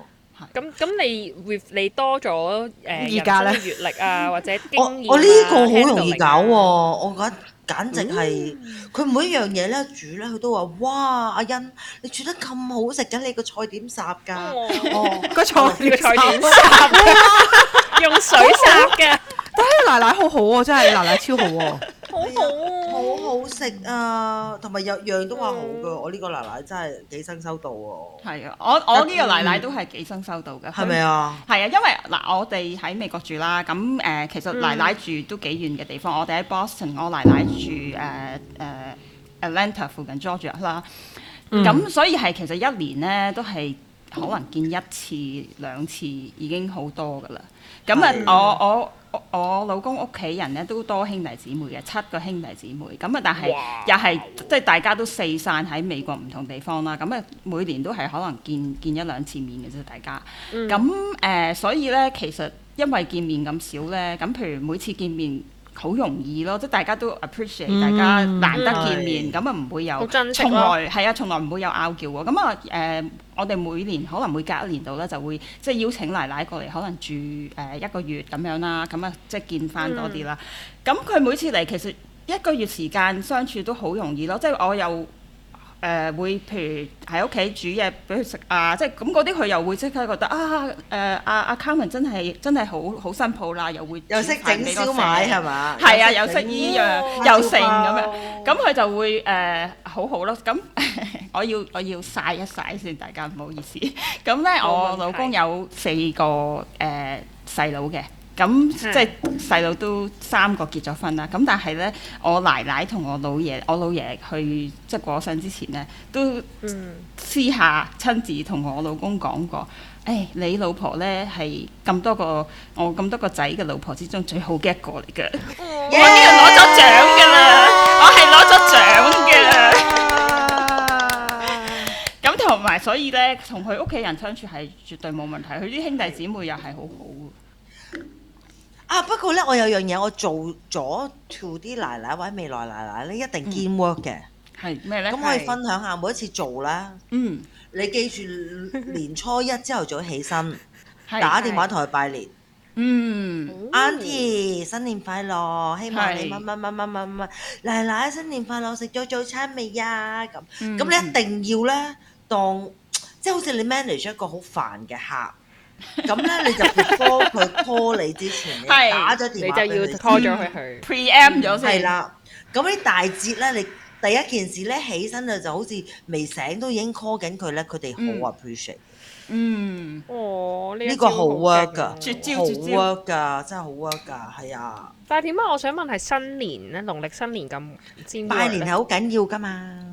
咁咁你 with 你多咗誒而家呢人生嘅閲歷 啊，或者經我驗啊我呢個好容易搞喎、 handling 啊我覺得簡直係佢每一樣嘢咧煮咧，佢都話：哇，阿欣你煮得咁好食嘅，你個菜點烚㗎？哦哦，個菜呢個菜點但殺？用水殺嘅，係奶奶好好喎，真係奶奶超好喎。好好啊！好好食啊！同埋樣樣都話好㗎，我呢個奶奶真係幾生收到喎、係啊，我我呢個奶奶都係幾生收到嘅，係咪啊？係啊，因為嗱，我哋喺美國住啦，咁誒、呃其實奶奶住都幾遠嘅地方。我哋喺 Boston，我奶奶住誒誒、呃 Atlanta 附近 Georgia 啦。嗯咁、所以係其實一年咧都係可能見一次兩次已經好多噶啦。咁啊係，我我我我老公屋企人咧都多兄弟姊妹嘅，七個兄弟姊妹。咁啊，但係又係即係大家都四散喺美國唔同地方啦。咁啊，每年都係可能見見一兩次面嘅啫，大家。嗯咁誒、呃所以咧，其實因為見面咁少咧，咁譬如每次見面好容易咯，即係大家都 appreciate，大家難得見面，咁啊唔會嗯好有珍惜咯從來係啊，從來唔會有拗撬喎。咁啊誒，我哋每年可能每隔一年度咧就會即係邀請奶奶過嚟，可能住誒、呃一個月咁樣啦，咁啊即係見翻多啲啦。嗯咁佢每次嚟其實一個月時間相處都好容易咯，即係我又誒、呃、會譬如喺屋企煮嘢俾佢食啊，即係咁嗰啲佢又會即刻覺得啊誒阿阿 Carmen 真係真係好好辛苦啦，又會又煮識飯整俾我燒食賣係嘛？係啊，又識識整依樣又剩咁哦樣，咁佢就會誒、呃好好咯。 咁我要我要晒一晒先，大家唔好意思。 咁冇問咧，題我老公有四個誒細佬嘅。嗯咁即係細佬都三個結咗婚啦，咁但係咧，我奶奶同我老爺，我老爺去即係過身之前咧，都嗯，私下親自同我老公講過，誒、你老婆咧係咁多個我咁多個仔嘅老婆之中最好嘅一個嚟嘅。我呢個攞咗獎㗎啦，我係攞咗獎嘅。咁同埋係所以咧，同佢屋企人相處係絕對冇問題。佢啲兄弟姊妹又係好好嘅。啊，不過咧，我有樣嘢我做咗 to 啲奶奶或者未來奶奶咧，一定 team work 嘅。係咩咧？咁可以分享下每一次做啦。嗯，你記 住年初一朝頭早起身，係打電話。同佢拜年。嗯， Auntie 新年快樂，希望你係乜乜乜乜乜乜，奶奶新年快樂，食咗早餐未呀？咁嗯咁你一定要咧當即係好似你 manage 一個好煩嘅客。 咁咧你就 before 佢 call 你之前，你係打咗你電話就俾要佢 call 咗佢去。 preempt 咗係先。啦，咁啲大節咧，你第一件事咧起身咧就好似未醒都已經 call 緊佢咧，佢哋好 appreciate 嗯，哦，呢一呢個招好勁 work 噶，喎絕招好絕招 work 噶，真係好 work 噶，係啊，但係點解我想問係新年咧，農曆新年咁尖拜年係好緊要噶嘛。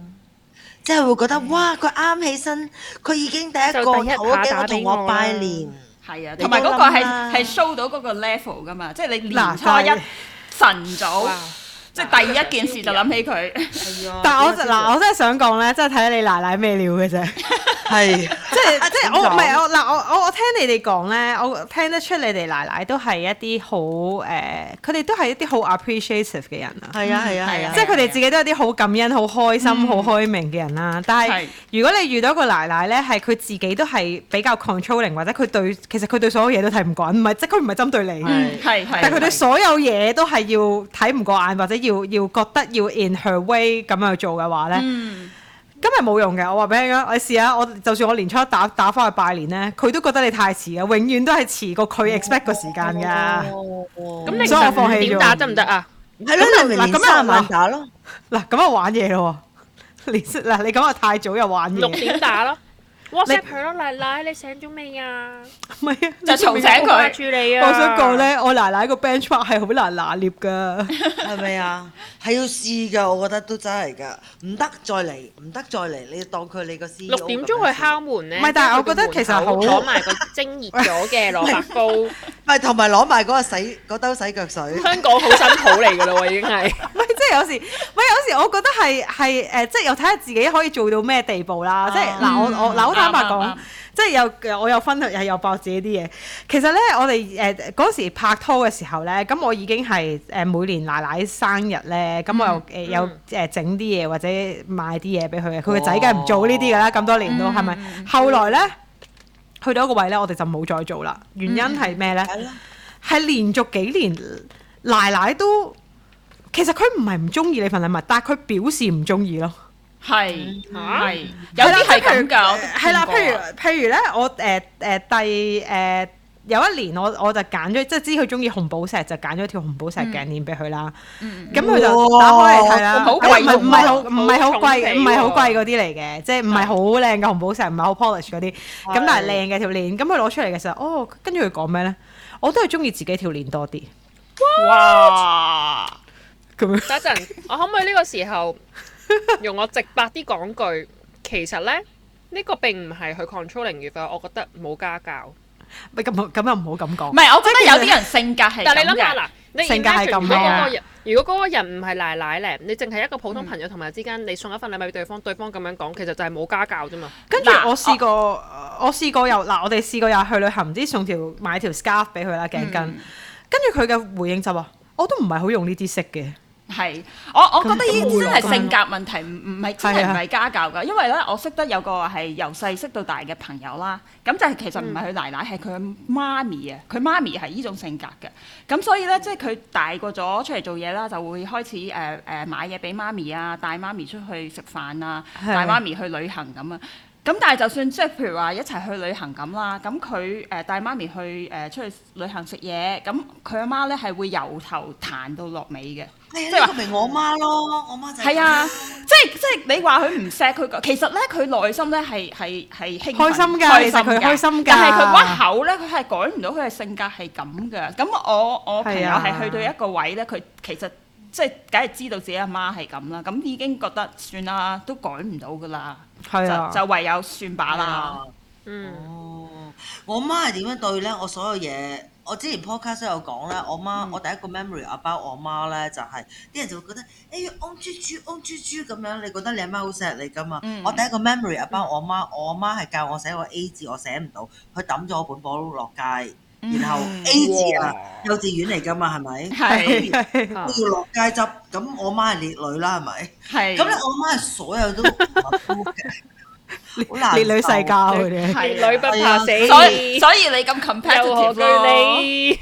即係會覺得哇！佢啱起身，佢已經第一個就第一下頭嗰幾個打俾同我啦我拜年，係啊，你同埋都嗰個係諗啦係 show 到嗰個 level 噶嘛，即係你年嗱初但係一晨早，即係第一件事就諗起佢。係啊但我就嗱，我真係想講咧，真係睇下你奶奶咩料嘅啫。係 即係即係我唔點講係我嗱我我我聽你哋講咧，我聽得出你哋奶奶都係一啲好誒，呃佢哋都係一啲好 appreciative 嘅人啊。係啊係啊係係啊啊，即係佢哋自己都有啲好感恩、好開心、好開明嘅人啦。但係係如果你遇到一個奶奶咧，係佢自己都係比較 controlling，或者佢對其實佢對所有嘢都睇唔慣，唔係即係佢唔係針對你，係 係係。但係佢對所有嘢都係要睇唔過眼，或者要要覺得要 in her way 咁樣去做嘅話咧，嗯今日冇用嘅，我話俾你聽，我試下，我就算我年初一打打翻去拜年咧，佢都覺得你太遲啊，永遠都係遲過佢 expect 個時間㗎。哦咁咁你所以我放其實棄咗點打得唔得啊？係咯，你咪嗱年咁又三晚嗱打咯，嗱，咁啊玩嘢咯喎， 你嗱你咁啊太早又玩嘢六，點 打咯，WhatsApp 佢咯，奶奶你醒咗未啊？唔係啊，就嘈醒我掛佢住。你啊！我想講，咧，我奶奶個 benchmark 係好難拿捏㗎。 係咪啊？係要試㗎，我覺得都真係㗎，唔得再嚟，唔得再嚟，你當佢你個 C E 六點鐘去敲門咧，唔係但係我覺得其實好攞埋個蒸熱咗嘅蘿蔔糕， 咪同埋攞埋嗰個洗嗰兜洗腳水，香港好辛苦嚟㗎咯喎，已經係。唔係，即係有時，唔係有時，我覺得係係誒，即係又睇下自己可以做到咩地步啦。即係嗱，我我嗱，好坦白啱啱講啱，即係有我有分享又有爆自己啲嘢。其實咧，我哋誒嗰時拍拖嘅時候咧，咁我已經係誒每年奶奶生日咧，咁我又誒有誒整啲嘢或者買啲嘢俾佢嘅。佢個仔梗係唔做呢啲㗎啦，咁多年都係咪？後來咧。去到一個位咧，我哋就冇再做啦。原因係咩咧？係咯，係連續幾年奶奶都，其實佢唔係唔中意你份禮物，但係佢表示唔中意咯。嚇係啦，譬係係有啲係咁㗎，我都見過如啊譬如咧，我誒誒、呃第誒、呃有一年我我就揀咗，即係知佢中意紅寶石，就揀咗條紅寶嗯石頸鏈俾佢啦。咁佢、就打開嚟睇啦，哇好咁唔係貴喎唔係好唔係好貴，好重皮喎唔係好貴嗰啲嚟嘅，即係唔係好靚嘅紅寶石，唔係好 polish 嗰啲。咁但係靚嘅條鏈，咁佢攞出嚟嘅時候，哦，跟住佢講咩咧？我都係中意自己條鏈多啲哇！咁樣。等一陣，我可唔可以呢個時候用我直白啲講句？其實咧，呢個並唔係佢 controlling 月份，我覺得冇家教。喂，咁咁又唔好咁講。唔係，我覺得有啲人性格係但係你諗下咁嘅嗱，你性格係 imagine 咁如果嗰個啊嘅人，如果嗰個人唔係奶奶咧，你淨係一個普通朋友同埋之間，你送一份禮物俾對方，對方咁樣講，其實就係冇家教啫嘛。跟住嗱我試過，我試過又嗱，我哋試過又去旅行，唔知送條買條 scarf 俾佢啦頸巾。跟住佢嘅回應就話：我都唔係好用呢啲色嘅。係，我我覺得呢啲真係咁性格問題，唔唔係真係係啊唔係家教㗎。因為咧，我識得有個係由細識到大嘅朋友啦，咁就係其實唔係佢奶奶，係佢媽咪啊。佢媽咪係呢種性格嘅，咁所嗯以咧，即係佢大個咗出嚟做嘢啦，就會開始誒誒、呃呃買嘢俾媽咪啊，帶媽咪出去食飯啊，係帶媽咪去旅行咁啊。咁但係就算即係譬如話一齊去旅行咁啦，咁佢誒帶媽咪去誒、呃出去旅行食嘢，咁佢阿媽咧係會由頭彈到落尾嘅。係即係啊，呢話個咪我媽咯，我媽就係啊，即係即係你話佢唔錫佢個，其實咧佢內心咧係係係興奮開心㗎其實佢開心㗎但係佢把口咧，佢係改唔到佢嘅性格係咁㗎。咁我我朋友係啊係去到一個位咧，佢其實即係梗係知道自己阿媽係咁啦，咁已經覺得算啦，都改唔到㗎啦，係啊， 就就唯有算罷啦。啦。嗯，哦，我媽係點樣對咧？我所有嘢我之前 podcast 都有講啦，我嗯媽、我第一個 memory about 我媽咧就係、啲人就會覺得哎，oh，誒安豬豬安豬豬咁樣，你覺得你阿媽好錫你噶嘛？嗯我第一個 memory about 我媽，我阿媽係教我寫個 A 字，我寫唔到，佢抌咗我本簿落街，然後 A 字啊，幼稚園嚟噶嘛，係咪？嗯係啊都要落街執，咁我媽係烈女啦，係咪？係咁咧，我媽係所有都唔合膚嘅，好難烈女世受家嗰啲。烈女不怕死，啊所以所以你咁又何 competitive 咯惧你？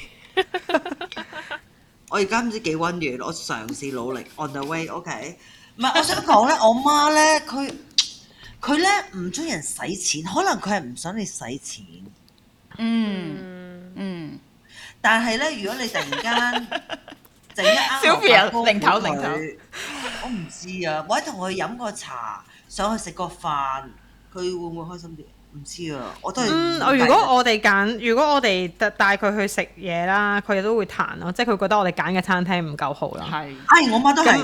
我而家唔知幾温暖，我嘗試努力 on the way，OK、唔係，我想講 咧，我媽咧，佢佢咧唔中意人使錢，可能佢係唔想你使錢。嗯嗯，嗯，但係咧，如果你突 然間整一啱 Sylvia，零頭零我唔知啊。或者同佢飲個茶，上去食個飯，佢會唔會開心啲？唔知啊，我都係嗯，唔我如明果我哋揀，如果我哋帶帶佢去食嘢啦，佢都會彈咯，即係佢覺得我哋揀嘅餐廳唔夠好啦。係唉，我媽都 係咁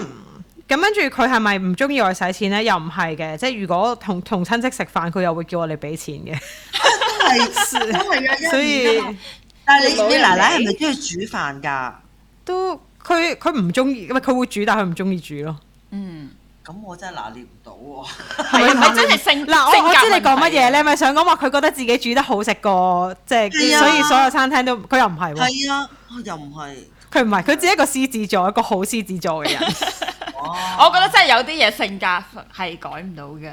咁跟住佢係咪唔中意我哋使錢呢？又唔係嘅，即係如果同同親戚食飯，佢又會叫我哋俾錢嘅。都係都係啊，所以因為但係老你你人奶奶係嚟咪中意煮飯㗎？都佢佢唔中意，唔係佢會煮，但係佢唔中意煮咯。嗯咁我真係拿捏唔到喎。係啊咪真係性嗱，我我知你講乜嘢，你咧？係咪想講話佢覺得自己煮得好食過，即係係啊所以所有餐廳都佢又唔係喎， 係啊，又唔係。佢唔係佢只係一個獅子座，一個好獅子座嘅人。哇！我覺得真係有啲嘢性格係改唔到嘅。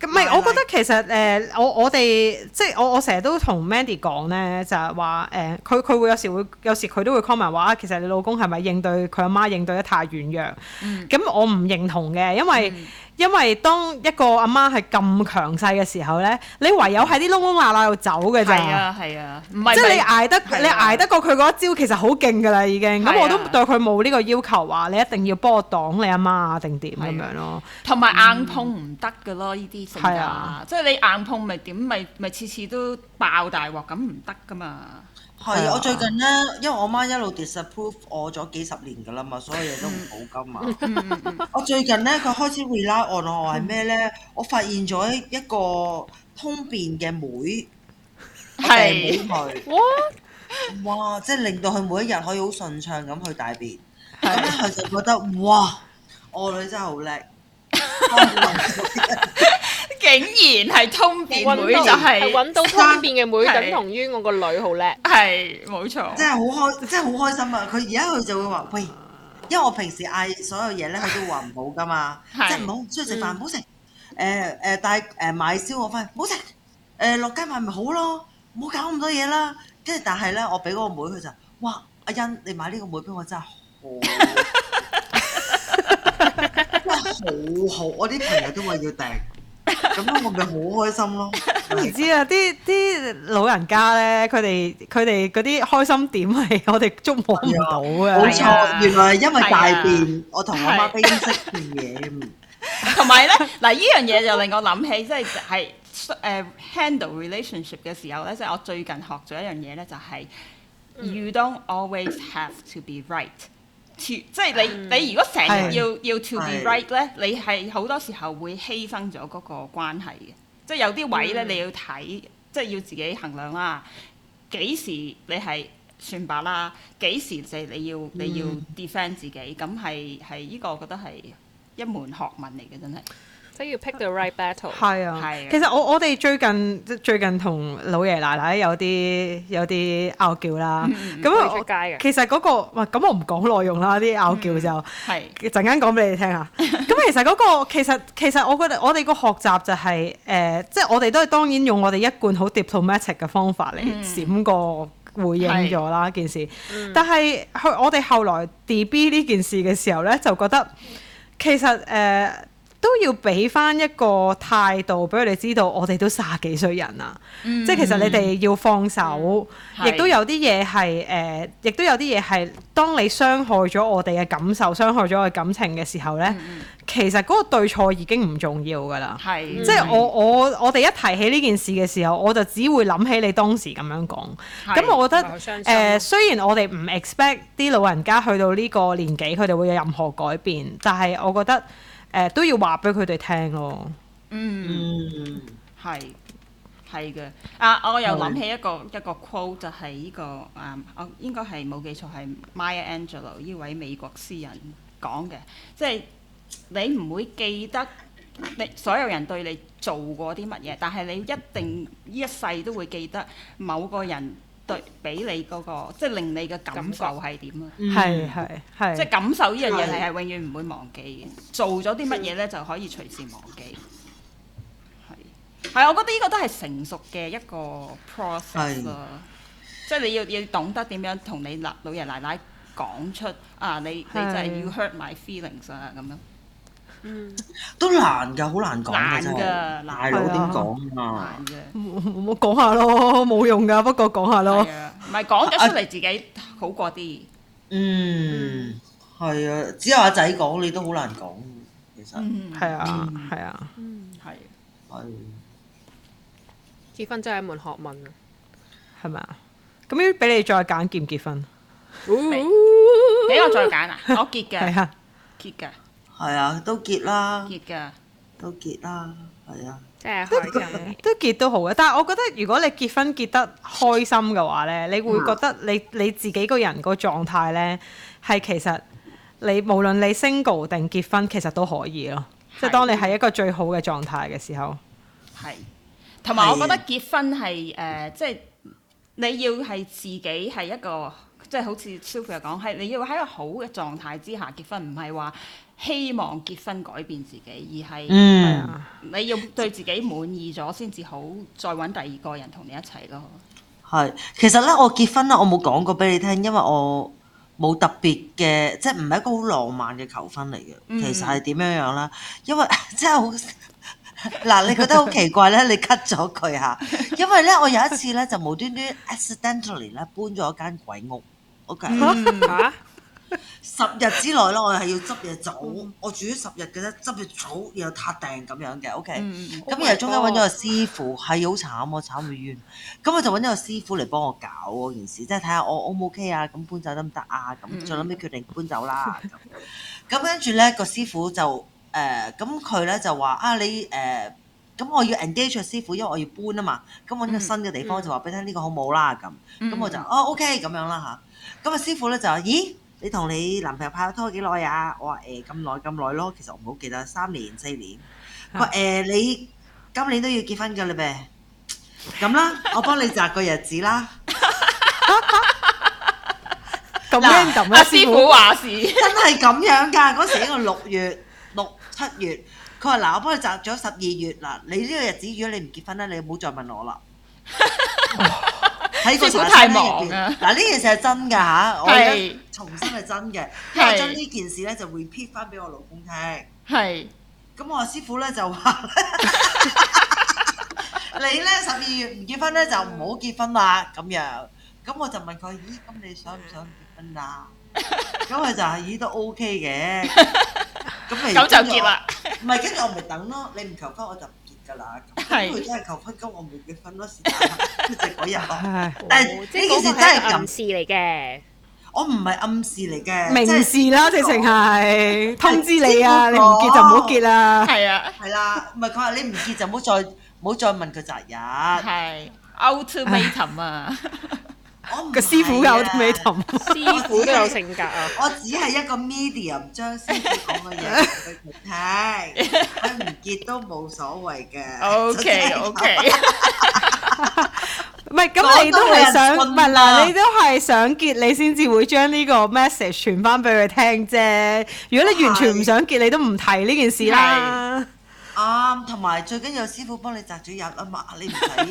咁唔係，係我覺得其實誒、呃我我哋即係我我成日都同 Mandy 講咧，就係話誒，佢、佢會有時會有時佢都會 comment 話，啊其實你老公係咪應對佢阿媽應對得太軟弱？嗯咁、我唔認同嘅，因為、因為當一個阿媽係咁強勢嘅時候咧，你唯有喺啲窿窿罅罅度走嘅咋。係啊係啊，唔係即係你咪捱得係啊你捱得過佢嗰一招，其實好勁㗎啦已經。係咁啊我都對佢冇呢個要求話，你一定要幫我擋你阿媽啊定點咁係啊樣咯。同埋硬碰唔得嘅咯，呢啲性格，嗯係啊即係你硬碰咪點咪咪次次都爆大鑊咁唔得噶嘛。係啊我最近咧，因為我媽一路 disapprove 我咗幾十年㗎啦嘛，所有嘢都唔好㗎嘛。 我最近咧，佢開始 rely on 我係咩咧？我發現咗一個通便嘅妹，我掟俾佢，哇！哇！即係令到佢每一日可以好順暢咁去大便。咁咧佢就覺得哇，我女真係好 叻。竟然係通便妹就係係揾到通便嘅妹，係等同於我個女好叻。係冇錯真，係好開，真係好開心啊！佢而家佢就會話：喂，因為我平時嗌所有嘢咧，佢都會話唔好噶 嘛，即係係唔好出去嗯食飯，唔好食。誒誒帶誒買燒我翻，唔好食。誒落街買咪好咯，唔好搞咁多嘢啦。跟住但係咧，我俾嗰個妹佢就：哇，阿欣，你買呢個妹俾我真係好， 真係好好。我啲朋友都話要訂，咁樣我咪好開心咯。 唔知啊，啲啲老人家咧，佢哋佢哋嗰啲開心點係 我哋捉摸唔到冇嘅。係啊錯，原來係因為大係啊便，我同我媽冰識嘅嘢。同埋咧嗱，呢 樣嘢就令我諗起，即係係誒 handle relationship 嘅時候咧，即係我最近學咗一樣嘢咧，就係、you don't always have to be right。To, 即係你、你如果成係日要要 to be 係 right 咧，你係好多時候會犧牲咗嗰個關係嘅。即係有啲位咧，你要睇，即係要自己衡量啦。幾時你係算罷啦？幾時就係你要你要 defend 自己？咁係係呢個，我覺得係一門學問嚟嘅，真係。即係要 pick the right battle。係啊係啊，其實我我哋最近最近同老爺奶奶有啲有啲拗撬啦。咁可以出我街嘅其實嗰個，哇咁我唔講內容啦，啲拗撬就。係陣間講俾你聽啊！咁其實嗰、個其實其實我覺得我哋個學習就係、呃即係我哋都係當然用我哋一貫好 diplomatic 嘅方法嚟嗯閃過回應咗啦件事。但係去我哋後來 DB 呢件事嘅時候呢，就覺得其實誒、呃都要俾翻一個態度俾佢哋知道，我哋都卅幾歲人啦，即係其實你哋要放手，嗯亦、係都有啲嘢係誒，呃亦、都有啲嘢係當你傷害咗我哋嘅感受、傷害咗我嘅感情嘅時候呢，其實嗰個對錯已經唔重要㗎啦。係，即係我我我哋一提起呢件事嘅時候，我就只會諗起你當時咁樣講。係咁我覺得咪好傷心咯誒、呃，雖然我哋唔 expect 啲老人家去到呢個年紀，佢哋會有任何改變，但係我覺得誒、呃都要話俾佢哋聽咯。嗯嗯，係係嘅，啊，我又諗起一個一個 quote 就係呢、個啊，我應該係冇記錯係 Maya Angelou 呢位美國詩人講嘅，即係你唔會記得你所有人對你做過啲乜嘢，但係你一定呢一世都會記得某個人對俾你嗰、個，即係令你嘅感感受受係點啊！係係係，即係感受呢樣係嘢，你係永遠唔會忘記嘅。做咗啲乜嘢咧，就可以隨時忘記。係係，我覺得呢個都係成熟嘅一個 process 係咯。即係你要要懂得點樣同你老老爺奶奶講出啊，你你真係係要 hurt my feelings 啊咁樣。嗯，都難㗎，好難講㗎真係。難㗎難大佬點講啊？難嘅。我講下咯，冇用噶，不過講下咯係。啊，唔係講咗出嚟自己好過啲。嗯，係啊，只有阿仔講，你都好難講。其實嗯，係啊，係啊，係。係結婚真係一門學問啊！係咪啊？咁要俾你再揀結唔結婚？俾我再揀啊！我係結嘅，啊，結嘅，係啊，都結啦，結嘅。都結啦，係啊。真係開心嘅。都結都好嘅。啊但係我覺得如果你結婚結得開心嘅話咧，你會覺得你你自己個人個狀態咧係其實你無論你 single 定結婚，其實都可以咯。即係係當你係一個最好嘅狀態嘅時候，係，同埋我係覺得結婚係誒、呃即係你要係自己係一個，即係好似 Sophia 講，係你要喺一個好嘅狀態之下結婚，唔係話希望結婚改變自己，而係嗯。啊你要對自己滿意咗先至好，再揾第二個人同你一齊咯。係，其實咧，我結婚咧，我冇講過俾你聽，因為我冇特別嘅，即係唔係一個好浪漫嘅求婚嚟嘅。其實係點樣樣啦？因為 真係好嗱，你覺得好奇怪 咧？你 cut 咗佢嚇，因為咧，我有一次咧就無端端 accidentally 咧搬咗一間鬼屋。OK，嗯嚇十日之內咧，我係要執嘢走，我住咗十日嘅啫，執嘢走又撻訂咁樣嘅，OK。嗯咁 Oh my 然後中間揾咗個 God 師傅，係好慘，我慘到冤。咁我就揾咗個師傅嚟幫我搞嗰件事，即係睇下我 O 唔 OK 啊，咁搬走得唔得啊？咁最後尾決定搬走啦。咁咁跟住咧，個師傅就誒，咁佢咧就話啊，你誒。呃咁我要 engage 個師傅，因為我要搬啊嘛，咁揾個新嘅地方就話俾你聽呢個好冇啦咁，咁、我就哦 OK 咁樣啦吓，咁啊師傅咧就話：咦，你同你男朋友拍咗拖幾耐啊？我話誒咁耐咁耐咯，其實我唔好記得三年四年。佢話誒你今年都要結婚㗎啦咩？咁啦，我幫你擇個日子啦。咁嗱 random 咧，師傅啊話事，真係咁樣㗎。嗰時應該六月、六七月，佢話嗱，我幫你擇咗十二月嗱，你呢個日子如果你唔結婚咧，你唔好再問我 啦。喺個師傅茶太餐廳入忙啊邊，嗱呢件事係真㗎嚇，我而係家重新係真嘅，因為係我將呢件事咧就 repeat 翻俾我老公聽。係咁我師傅咧就話咧，你咧十二月唔結婚咧就唔好結婚啦咁樣。咁我就問佢：咦，咁你想唔想結婚啊？咁佢就係咦都 OK 嘅。咁咪 咁就跟住我結啦。唔係，跟住我咪等咯。你唔求婚我就唔結㗎啦。咁係咁佢真係求婚，咁我咪結婚咯。是但就係嗰日咯。唉但係呢即係嗰件個事真係係暗咁，示嚟嘅。我唔係暗示嚟嘅，明 即係示啦，直情係通知你啊！係你唔結就唔好結啦。係啊，係啦。唔係佢話你唔結就唔好再唔好再問佢擇日。係 ultimatum 啊，我唔個師傅係啊有尾氹，師傅都有性格啊！我只係一個 medium，將師傅講嘅嘢俾佢聽，佢唔結都冇所謂 嘅。 OK OK，唔係咁你都係想，講到唔你係人信啊嗱，你都係想結，你先至會將呢個 message 傳翻俾佢聽啫。如果你完全唔想結，你都唔提呢件事啦。啱，同埋最緊要師傅幫你擲咗日啊嘛，你唔使再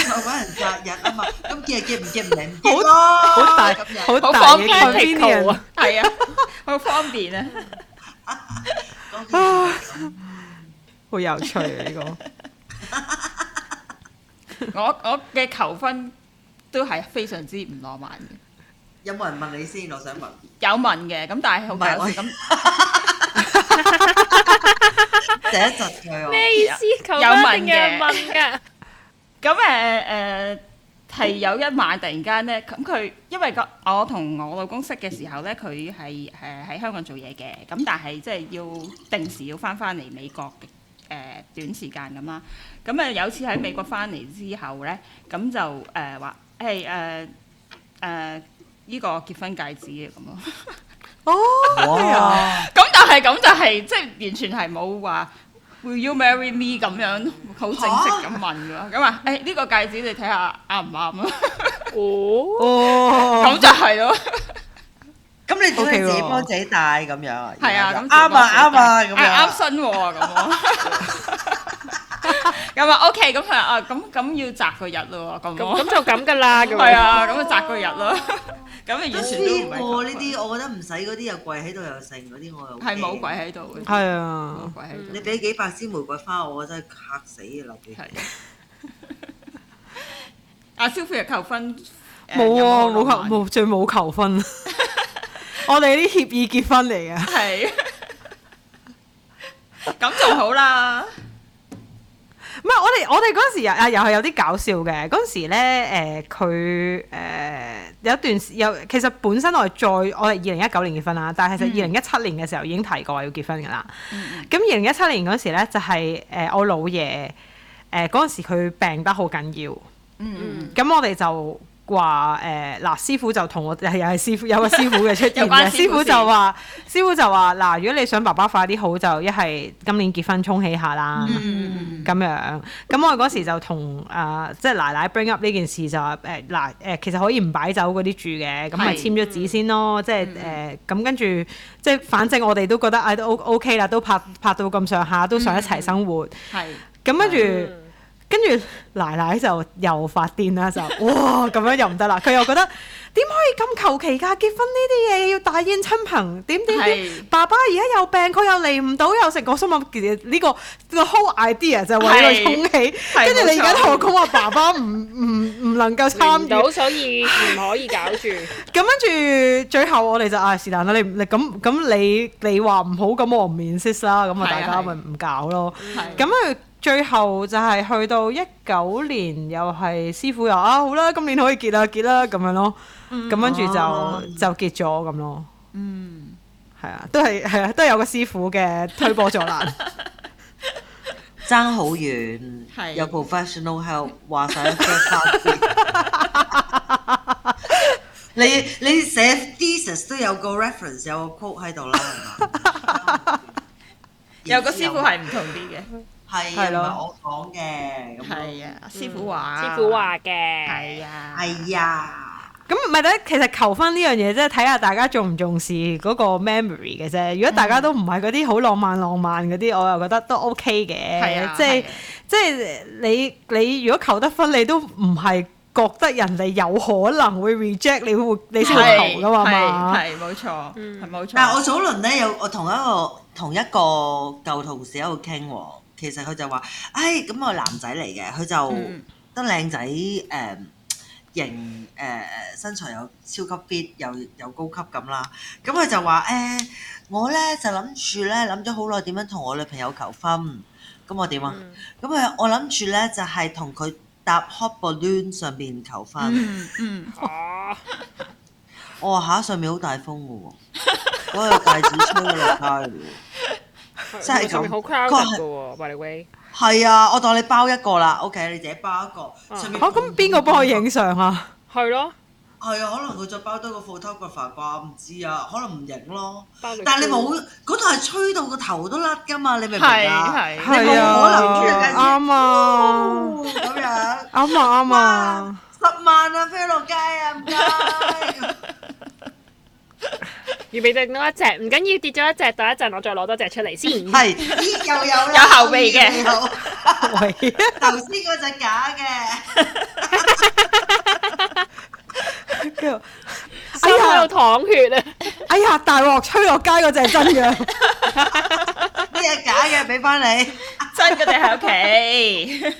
揾人擲日啊嘛，咁結就結唔結唔嚟唔結咯，好大哦咁樣好好大方嘅便 convenience 啊，係啊，好方便啊。嗰件事啊 好有趣啊！呢 個我我嘅求婚都係非常之唔浪漫嘅，有冇人問你先？我想問，有問嘅，咁但係好搞唔係我笑，咁第一窒佢我。咩意思？求有婚一問定有嘅人問㗎。咁誒誒係有一晚突然間咧，咁佢因為個我同我老公識嘅時候咧，佢係誒喺香港做嘢嘅，咁但係即係要定時要翻翻嚟美國嘅誒、呃短時間咁啦。咁啊有次喺美國翻嚟之後咧，咁就誒話誒誒誒呢個結婚戒指嘅咁咯。哦，哇！咁但係咁就係即係完全係冇話 Will you marry me 咁樣好正式咁問㗎啦。咁話誒呢個戒指你睇下啱唔啱啊？哦，哦，咁就係咯。咁你點 OK 你自己喎幫自己戴咁樣啊？係啊，然後咁就啱啊啱啊咁係啱樣。身喎咁喎。 咁啊 OK，咁佢話啊咁咁要擲個日咯喎，咁咁咁喎。就咁噶啦，咁樣 係啊，咁啊擲個日咯。 咁啊完全都都 sweet 唔喎係咁呢啲，我覺得唔使嗰啲又跪喺度又剩嗰啲，我又係冇驚鬼。喺度嘅，係冇啊，鬼喺你度。俾幾百支玫瑰花我，我真係嚇死啊！落地係。阿 Sophie 求婚誒冇啊，冇求，。有浪漫冇最冇求婚。 我哋啲協議結婚嚟嘅，係。咁仲好啦，唔係我哋我哋嗰時又啊又係有啲搞笑嘅。嗰時咧誒佢誒有一段時有其實本身我哋再我哋二零一九年結婚啦，但係其實嗯二零一七年嘅時候已經提過話要結婚㗎啦。咁二零一七年嗰時咧就係、誒我老爺誒嗰陣時佢病得好緊要。嗯，咁我哋就話誒嗱，師傅就同我 又係師傅有個師傅嘅 出現又關嘅，師師傅傅事就話師傅就話嗱，如果你想爸爸快啲好，就一係今年結婚沖喜下啦。嗯，咁樣，咁我嗰時就同啊、即係奶奶 bring up 呢件事就話誒嗱誒，其實可以唔擺酒嗰啲住嘅，咁咪係嗯簽咗紙先咯，即係誒咁跟住，即係反正我哋都覺得啊都 O O K 啦，都拍拍到咁上下，都想一齊生活，嗯係咁跟住。嗯跟住奶奶就又發癲啦，就 哇咁樣又唔得啦。佢又覺得點可以咁求其㗎？結婚呢啲嘢要大宴親朋，點點係點。爸爸而家又病，佢又嚟唔到，又食我心諗其實呢個呢個 whole idea 就係為咗係沖喜。係跟住你冇錯而家同我講話爸爸唔唔唔能夠參唔與到，所以唔可以搞住。咁跟住最後我哋就啊是但啦，你唔你咁咁你你話唔好咁我唔 insist 啦，咁係啊啊大家係咪唔搞咯。咁係佢最後就係去到一九年，又係師傅又啊好啦，今年可以結啦結啦咁樣咯。咁跟住就哦就結咗咁咯。嗯係啊，都係係啊，都有個師傅嘅推波助瀾。爭好遠係，有 professional help 話想 get 花 啲。你你寫 thesis 都有個 reference 有個 quote 喺度啦，係嘛？ 有個師傅係唔同啲嘅，係係係咯啊，唔係我講嘅咁咯。係啊，師傅話，師傅話嘅，係啊，係啊，咁咪咧，其實求婚呢樣嘢即係睇下大家重唔重視嗰個 memory 嘅啫。如果大家都唔係嗰啲好浪漫浪漫嗰啲，我又覺得都 OK 係嘅啊，，即係係。啊即係你你如果求得婚，你都唔係覺得人哋有可能會 reject 你會你先會求噶嘛嘛。係係冇錯，嗯係冇錯。但係我早輪咧有我同一個同一個舊同事喺度傾喎，其實佢就話：，唉，咁我男仔嚟嘅，佢就。嗯得靚仔誒、型誒、身材又超級 fit 又又高級咁啦，咁佢就話誒、我咧就諗住咧諗咗好耐點樣同我女朋友求婚，咁我點啊？嗯咁佢話我諗住咧就係同佢搭 hot balloon 上邊求婚，嗯嗯，啊我話嚇上面好大風嘅喎，嗰個戒指吹到落街喎。真係咁上面好佢 crowded 係嘅喎，by the way，係啊，我當你包一個啦，OK，你自己包一個，啊上面哦，咁邊個幫我影相啊？係咯，係啊，可能佢再包多個 photographer 啩，唔知啊，可能唔型咯。包你但係灰你冇嗰度係吹到個頭都甩噶嘛，你明唔明係啊？係你係冇可能啊出嚟，啱啊，咁樣啱啊，啱啊，十萬啊，飛落街啊，唔該。預備定多一隻，唔緊要，跌咗一隻，等一陣我再攞多隻出嚟先。 係，咦又有啦，有後備嘅有喂， 頭先嗰隻假嘅，心跟住哎喺度淌血啊！哎呀，大鑊吹落街嗰隻係真嘅，呢隻假嘅俾翻你。真嘅，哋喺屋企。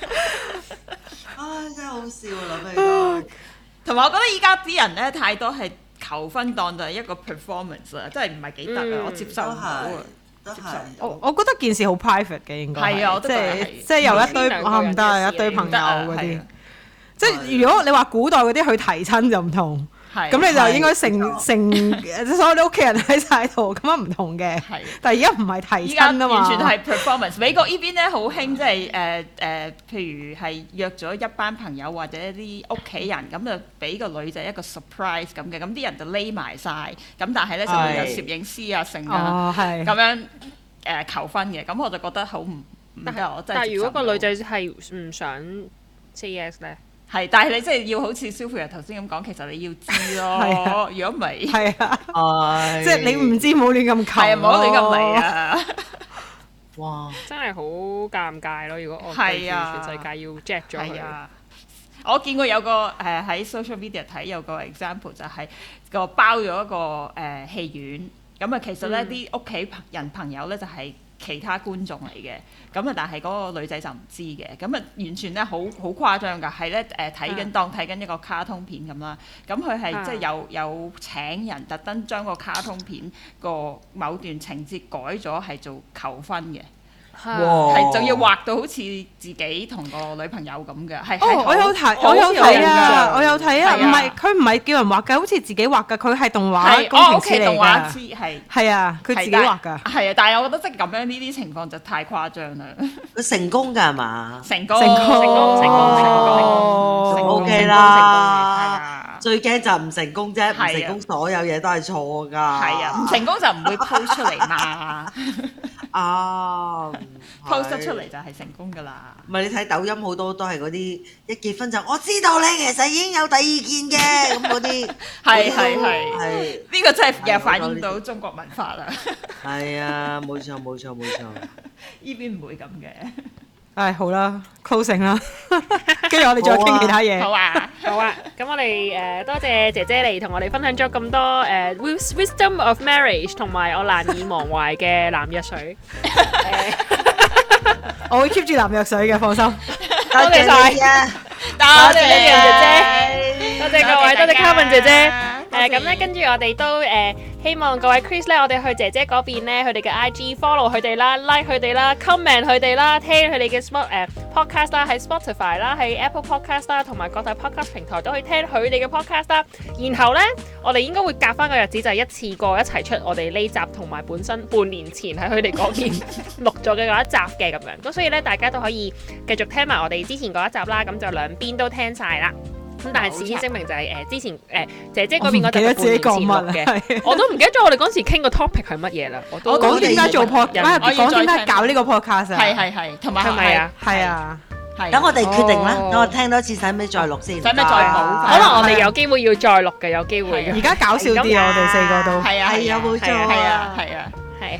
唉，真係好笑啊！諗起都同埋我覺得依家啲人咧太多係求婚當就係一個 performance 啊，真係唔係幾得啊，嗯我接受都唔到啊係。，都係。我我覺得件事好 private 嘅應該係，係啊我都即覺得係係即係有一呢堆兩個啊人唔得啊，嘅一事堆嚟朋唔友得啊嗰係啲啊，即係如果你話古代嗰啲去提親就唔同。係啊咁你就應該係啊成冇錯成，即係所有你屋企人喺晒度，咁啊唔同嘅。係但係而家唔係提依家親啊完全嘛，係 performance。美國呢邊咧好興，即係誒誒，譬如係約咗一班朋友或者啲屋企人，咁就俾個女仔一個 surprise 咁嘅，咁啲人就匿埋晒，咁但係咧就會有係攝影師啊、成啊哦係咁。樣誒、求婚嘅，咁我就覺得好唔唔得，啊我真但係係如果個女接受唔到仔係唔想 E say yes 咧，係，但係你真係要好似蕭佩陽頭先咁講，其實你要知係咯，如果唔係，係啊，係即係你唔知冇亂咁求，係啊，唔好亂咁嚟！啊！哇，真係好尷尬咯。如果我對住係啊全世界要 j a c k 咗係佢，啊，我見過有個誒喺、social media 睇有個 example 就係個包咗一個誒、戲院，咁啊其實咧嗯啲屋企朋人朋友咧就係、其他觀眾嚟嘅，咁啊，但係嗰個女仔就唔知嘅，咁啊，完全咧好好誇張㗎，係咧誒睇緊當睇緊一個卡通片咁啦，咁佢係啊即係有有請人特登將個卡通片個某段情節改咗係做求婚嘅。嚇哇係仲要畫到好似自己同個女朋友咁嘅，係係哦，好我有睇，好我有睇有印啊，象我有睇啊，係唔啊係佢唔係叫人畫嘅，好似自己畫嘅，佢係動畫係哦工程屋企師動嚟畫㗎師，係係啊，佢自己畫㗎。係啊，但係我覺得即係咁樣呢啲情況就太誇 張啦，佢成功㗎係嘛？成功成功成功成功成功成 OK 啦最驚就係唔成功啫，唔係啊成功所有嘢都係錯㗎。係係啊，唔成功就唔會 post 出嚟 嘛 啊唔，post 係得出嚟就係成功噶啦，唔係你睇抖音好多都係嗰啲一結婚就我知道你其實已經有第二件 嘅咁嗰啲，係係係，係呢個真係係又我反覺得映呢到中國文化啦， 係啊，冇錯冇錯冇錯，呢邊唔會咁嘅，唉，好啦，closing 啦， 跟住我哋再傾其他好嘢。啊，好啊，咁我哋誒、呃多謝姐姐嚟同我哋分享咗咁多誒、呃 wis- wisdom of marriage 同埋我難以忘懷嘅男藥 水。我會 keep 住藍藥水嘅，放心。多謝晒你啊！多謝姐姐多謝各位，多謝 Carmen 姐姐。多誒謝咁咧，跟住我哋都誒希望各位 Chris 咧，我哋去姐姐嗰邊咧，佢哋嘅 IG follow 佢哋啦，like 佢哋啦，comment 佢哋啦，聽佢哋嘅 spot 誒 podcast 啦，喺 Spotify 啦，喺 Apple Podcast 啦，同埋各大 podcast 平台都可以聽佢哋嘅 podcast 啦。然後咧，我哋應該會夾翻個日子，就係一次過一齊出我哋呢集同埋本身半年前喺佢哋嗰邊 錄咗嘅嗰一集嘅咁樣。咁所以咧，大家都可以繼續聽埋我哋之前嗰一集啦。咁就兩邊都聽晒啦。咁但係事先聲明就係、誒、之前誒、呃姐姐嗰邊嗰集我唔記係得半年前錄自己講乜啦係嘅，我都唔記得咗我哋嗰時傾個 topic 係乜嘢啦。我都我講點解做 podcast，啊我要再講點解搞呢個 podcast 啊？係係係，同埋係咪啊？係啊，係？係等我哋決定啦，哦等我聽多次，使唔使再錄先？使唔使再啊補可翻？能我哋有機會要再錄嘅，有機會嘅係而家搞笑啲啊，我哋四個都。係啊係啊，係冇啊錯係啊係啊，係。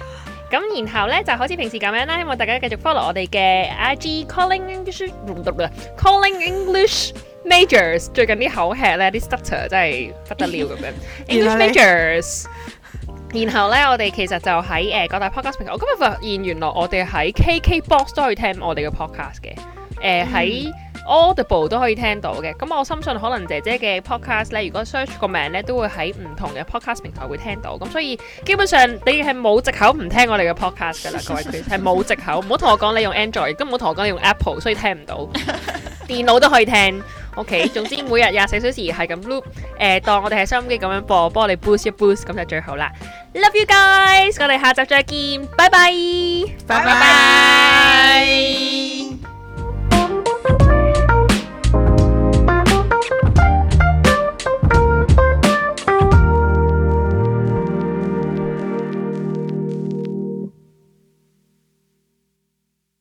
咁然後咧就好似平時咁樣啦，希望大家繼續 follow 我哋嘅 IG Calling English 唔讀啦，Calling English Majors 最近啲口吃咧，啲 stutter 真係不得了咁樣。English 原來你 Majors。然後咧，我哋其實就喺誒、呃各大 podcast 平台。我今日發現原來我哋喺 KKBox 都可以聽我哋嘅 podcast 嘅，誒、喺、Audible 嗯都可以聽到嘅。咁我深信可能姐姐嘅 podcast 咧，如果 search 個名咧，都會喺唔同嘅 podcast 平台會聽到。咁所以基本上你係冇藉口唔聽我哋嘅 podcast 㗎啦，各位 Chris 係冇藉口。唔好同我講你用 Android，亦都唔好同我講你用 Apple，所以聽唔到。電腦都可以聽。OK，總之每日廿四小時係咁 loop，誒、當我哋係收音機咁樣播，幫我哋 boost 一 boost 咁就最好啦。Love you guys，我哋下集再見，拜拜。拜拜。